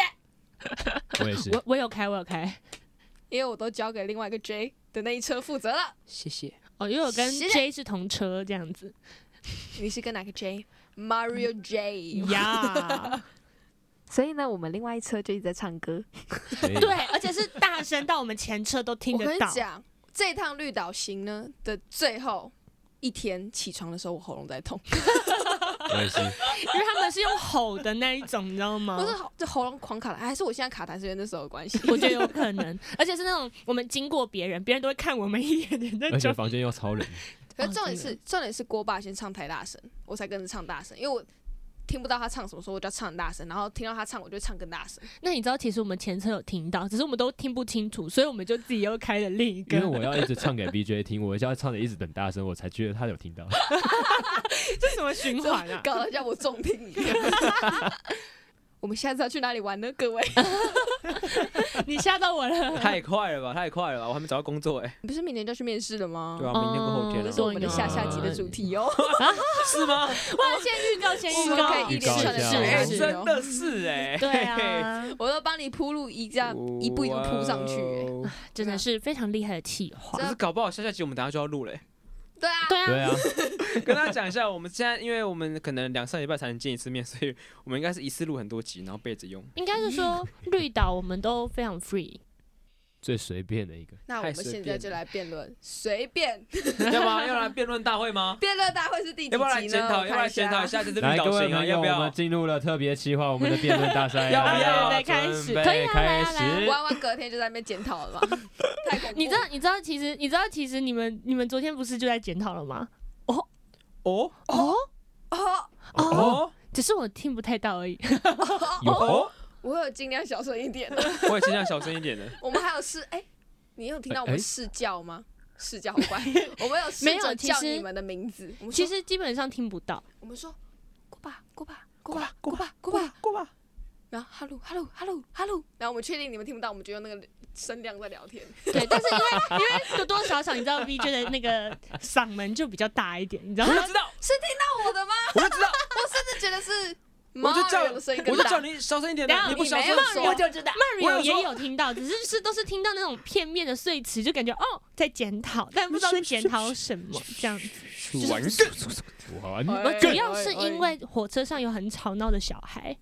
Speaker 2: 我也是。
Speaker 3: 我我有开，我有开。
Speaker 4: 因为我都交给另外一个 J 的那一车负责了。
Speaker 1: 谢谢。
Speaker 3: 哦，因为我跟
Speaker 4: 是的
Speaker 3: J 是同车这样子
Speaker 4: 你是跟哪个 J？Mario J。
Speaker 3: 呀，
Speaker 4: 所以呢，我们另外一车就一直在唱歌。
Speaker 2: 所以
Speaker 3: 对，而且是大声到我们前车都听
Speaker 4: 我跟
Speaker 3: 得
Speaker 4: 你
Speaker 3: 到。
Speaker 4: 讲，这趟绿岛行呢的最后一天起床的时候，我喉咙在痛，
Speaker 2: 我也是。
Speaker 3: 因为他们是用吼的那一种，你知道吗
Speaker 4: 不？是喉这喉咙狂卡了，还是我现在卡痰是因为那时候的关系？
Speaker 3: 哦 我觉得有可能，而且是那种我们经过别人，别人都会看我们一眼的那
Speaker 2: 而且
Speaker 3: 种。
Speaker 2: 房间又超冷，
Speaker 4: 可是重点是
Speaker 3: 哦，
Speaker 4: 重点是锅爸先唱太大声，我才跟着唱大声，因为我听不到他唱什么，所以我就要唱很大声，然后听到他唱，我就唱更大声。
Speaker 3: 那你知道，其实我们前车有听到，只是我们都听不清楚，所以我们就自己又开了另一
Speaker 2: 因为
Speaker 3: 个。
Speaker 2: 我要一直唱给 BJ 听，我要唱的一直等大声，我才觉得他有听到。
Speaker 3: 这什么循环啊？
Speaker 4: 搞得像我重听一样。 我们下次要去哪里玩呢， 各位？
Speaker 3: 你吓到我 了。
Speaker 1: 太快了吧，太快了吧！我还没找到工作哎、
Speaker 4: 你不是明天就要去面试了吗？
Speaker 1: 对啊，明天跟后天
Speaker 3: 嗯
Speaker 1: 了、
Speaker 4: 这是我哦们的
Speaker 3: 对
Speaker 4: 下
Speaker 2: 呢
Speaker 4: 下集的主题哦。
Speaker 3: 啊
Speaker 1: 是吗？
Speaker 3: 哇，先预告，先
Speaker 4: 我
Speaker 3: 预
Speaker 4: 们
Speaker 3: 告
Speaker 4: 可，以一
Speaker 2: 预告
Speaker 4: 连
Speaker 2: 一
Speaker 4: 串的
Speaker 2: 下
Speaker 4: 试
Speaker 1: 哎、
Speaker 4: 下
Speaker 3: 是
Speaker 4: 去
Speaker 3: 是
Speaker 1: 真的是哎、
Speaker 3: 对啊，
Speaker 4: 我都帮你铺路一这样一步一步铺上去、欸。
Speaker 1: 哇哦
Speaker 3: 真的是非常厉害的企划
Speaker 1: 可。是搞不好下下集我们等下就要录 嘞、
Speaker 4: 对啊，
Speaker 3: 对啊，
Speaker 2: 对啊，
Speaker 1: 跟大家讲一下，我们现在因为我们可能两三礼拜才能见一次面，所以我们应该是一次录很多集，然后备着 用。
Speaker 3: 应该是说绿岛我们都非常 free，
Speaker 2: 最随便的一个，
Speaker 4: 那我们
Speaker 1: 太随
Speaker 4: 现
Speaker 1: 便
Speaker 4: 在就来辩论，随便
Speaker 1: 要吗？要来辩论大会吗？
Speaker 4: 辩论大会是第几集
Speaker 1: 要
Speaker 4: 呢？
Speaker 1: 不要来检讨？
Speaker 4: 我看
Speaker 1: 要不要来检讨一
Speaker 4: 下？
Speaker 1: 下这次绿
Speaker 2: 来
Speaker 1: 岛
Speaker 2: 各位
Speaker 1: 行啊？
Speaker 2: 朋
Speaker 1: 要
Speaker 2: 友，
Speaker 1: 不
Speaker 2: 我
Speaker 1: 要
Speaker 2: 们？进入了特别企划，我们的辩论大赛
Speaker 1: 要
Speaker 2: 啊，
Speaker 1: 不要
Speaker 3: 来开始可以啊
Speaker 2: 开
Speaker 3: 来
Speaker 1: 嗯
Speaker 3: 啊来
Speaker 2: 始
Speaker 3: 啊。
Speaker 4: 玩完隔天就在那边检讨 了吧？太恐怖！
Speaker 3: 你知道，你知道，其实你知道，其实你们你们昨天不是就在检讨了吗？
Speaker 1: 哦
Speaker 3: 哦，
Speaker 4: 哦，
Speaker 1: 哦
Speaker 3: 只是我听不太到而已。
Speaker 2: 有
Speaker 1: 哦！
Speaker 4: 我有尽量小声一 点了。
Speaker 1: 我也尽量小声一点的。
Speaker 4: 我们还有试，哎、你有听到我们
Speaker 2: 哎
Speaker 4: 试教吗？试教好乖，我们有试
Speaker 3: 没有
Speaker 4: 着
Speaker 3: 其
Speaker 4: 叫
Speaker 3: 实
Speaker 4: 你们的名字。我们
Speaker 3: 其
Speaker 4: 说，
Speaker 3: 实基本上听不到，
Speaker 4: 我们说，过吧，过吧，过吧，过吧，过吧，
Speaker 1: 过吧。
Speaker 4: 然后哈喽哈喽哈喽哈喽，然后我们确定你们听不到，我们就用那个声量在聊天。
Speaker 3: 对，但是因为因为多多少少你知道 VJ 的那个嗓门就比较大一点，你知道
Speaker 1: 我
Speaker 3: 吗
Speaker 1: 就？知道，
Speaker 4: 是听到我的吗？
Speaker 1: 我就知道，
Speaker 4: 我甚至觉得是
Speaker 1: 我就叫
Speaker 4: 马尔的声音，更
Speaker 1: 我就
Speaker 4: 大。
Speaker 1: 叫你小声一点的
Speaker 3: 然，后
Speaker 1: 你不
Speaker 4: 你
Speaker 1: 小
Speaker 4: 没
Speaker 1: 声
Speaker 4: 有说
Speaker 1: 我就
Speaker 4: 知道。
Speaker 1: 我有
Speaker 3: Mario
Speaker 1: 说
Speaker 3: 也有听到，只是是都是听到那种片面的碎词，就感觉哦在检讨，但不知道在检讨什么这样子。
Speaker 1: 完 嗯
Speaker 2: 完，
Speaker 3: 我主要是因为火车上有很吵闹的小孩，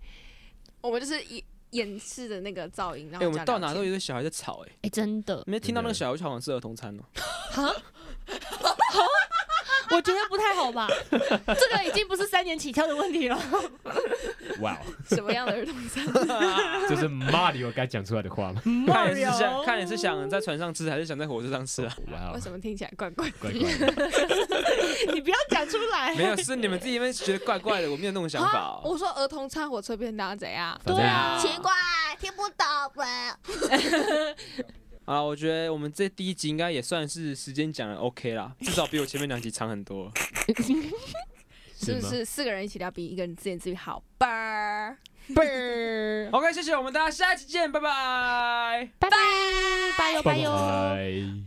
Speaker 4: 我们就是掩掩饰的那个噪音，然
Speaker 1: 哎，
Speaker 4: 后
Speaker 1: 我们
Speaker 4: 这样聊
Speaker 1: 到
Speaker 4: 天
Speaker 1: 哪都有一个小孩在吵，哎，
Speaker 3: 哎，真的，
Speaker 1: 没听到那个小孩，我就好像是儿童餐哦。
Speaker 3: 我觉得不太好吧？这个已经不是三年起跳的问题了。
Speaker 2: 哇，哦
Speaker 4: 什么样的儿童餐？
Speaker 2: 这是 Mario 该讲出来的话吗？
Speaker 1: 看你是
Speaker 3: 哦
Speaker 1: 想看你是想在船上吃，还是想在火车上吃啊？
Speaker 2: 哇
Speaker 4: 为
Speaker 2: 哦，
Speaker 4: 什么听起来怪怪？
Speaker 2: 怪怪的，
Speaker 3: 你不要讲出来。
Speaker 1: 没有，是你们自己们觉得怪怪的，我没有那种想法 哦。
Speaker 4: 啊我说儿童餐火
Speaker 3: 啊
Speaker 4: 车便当怎样？
Speaker 2: 反正
Speaker 1: 啊
Speaker 4: 怪，听不懂喂。
Speaker 1: 好了，我觉得我们这第一集应该也算是时间讲的 OK 啦，至少比我前面两集长很多。
Speaker 4: 是不
Speaker 2: 吗？
Speaker 4: 是四个人一起聊比一个人自言自语好吧？
Speaker 3: 拜
Speaker 1: OK，谢谢我们大家，下期见，拜拜。
Speaker 3: 拜，拜哟拜哟。
Speaker 2: 拜。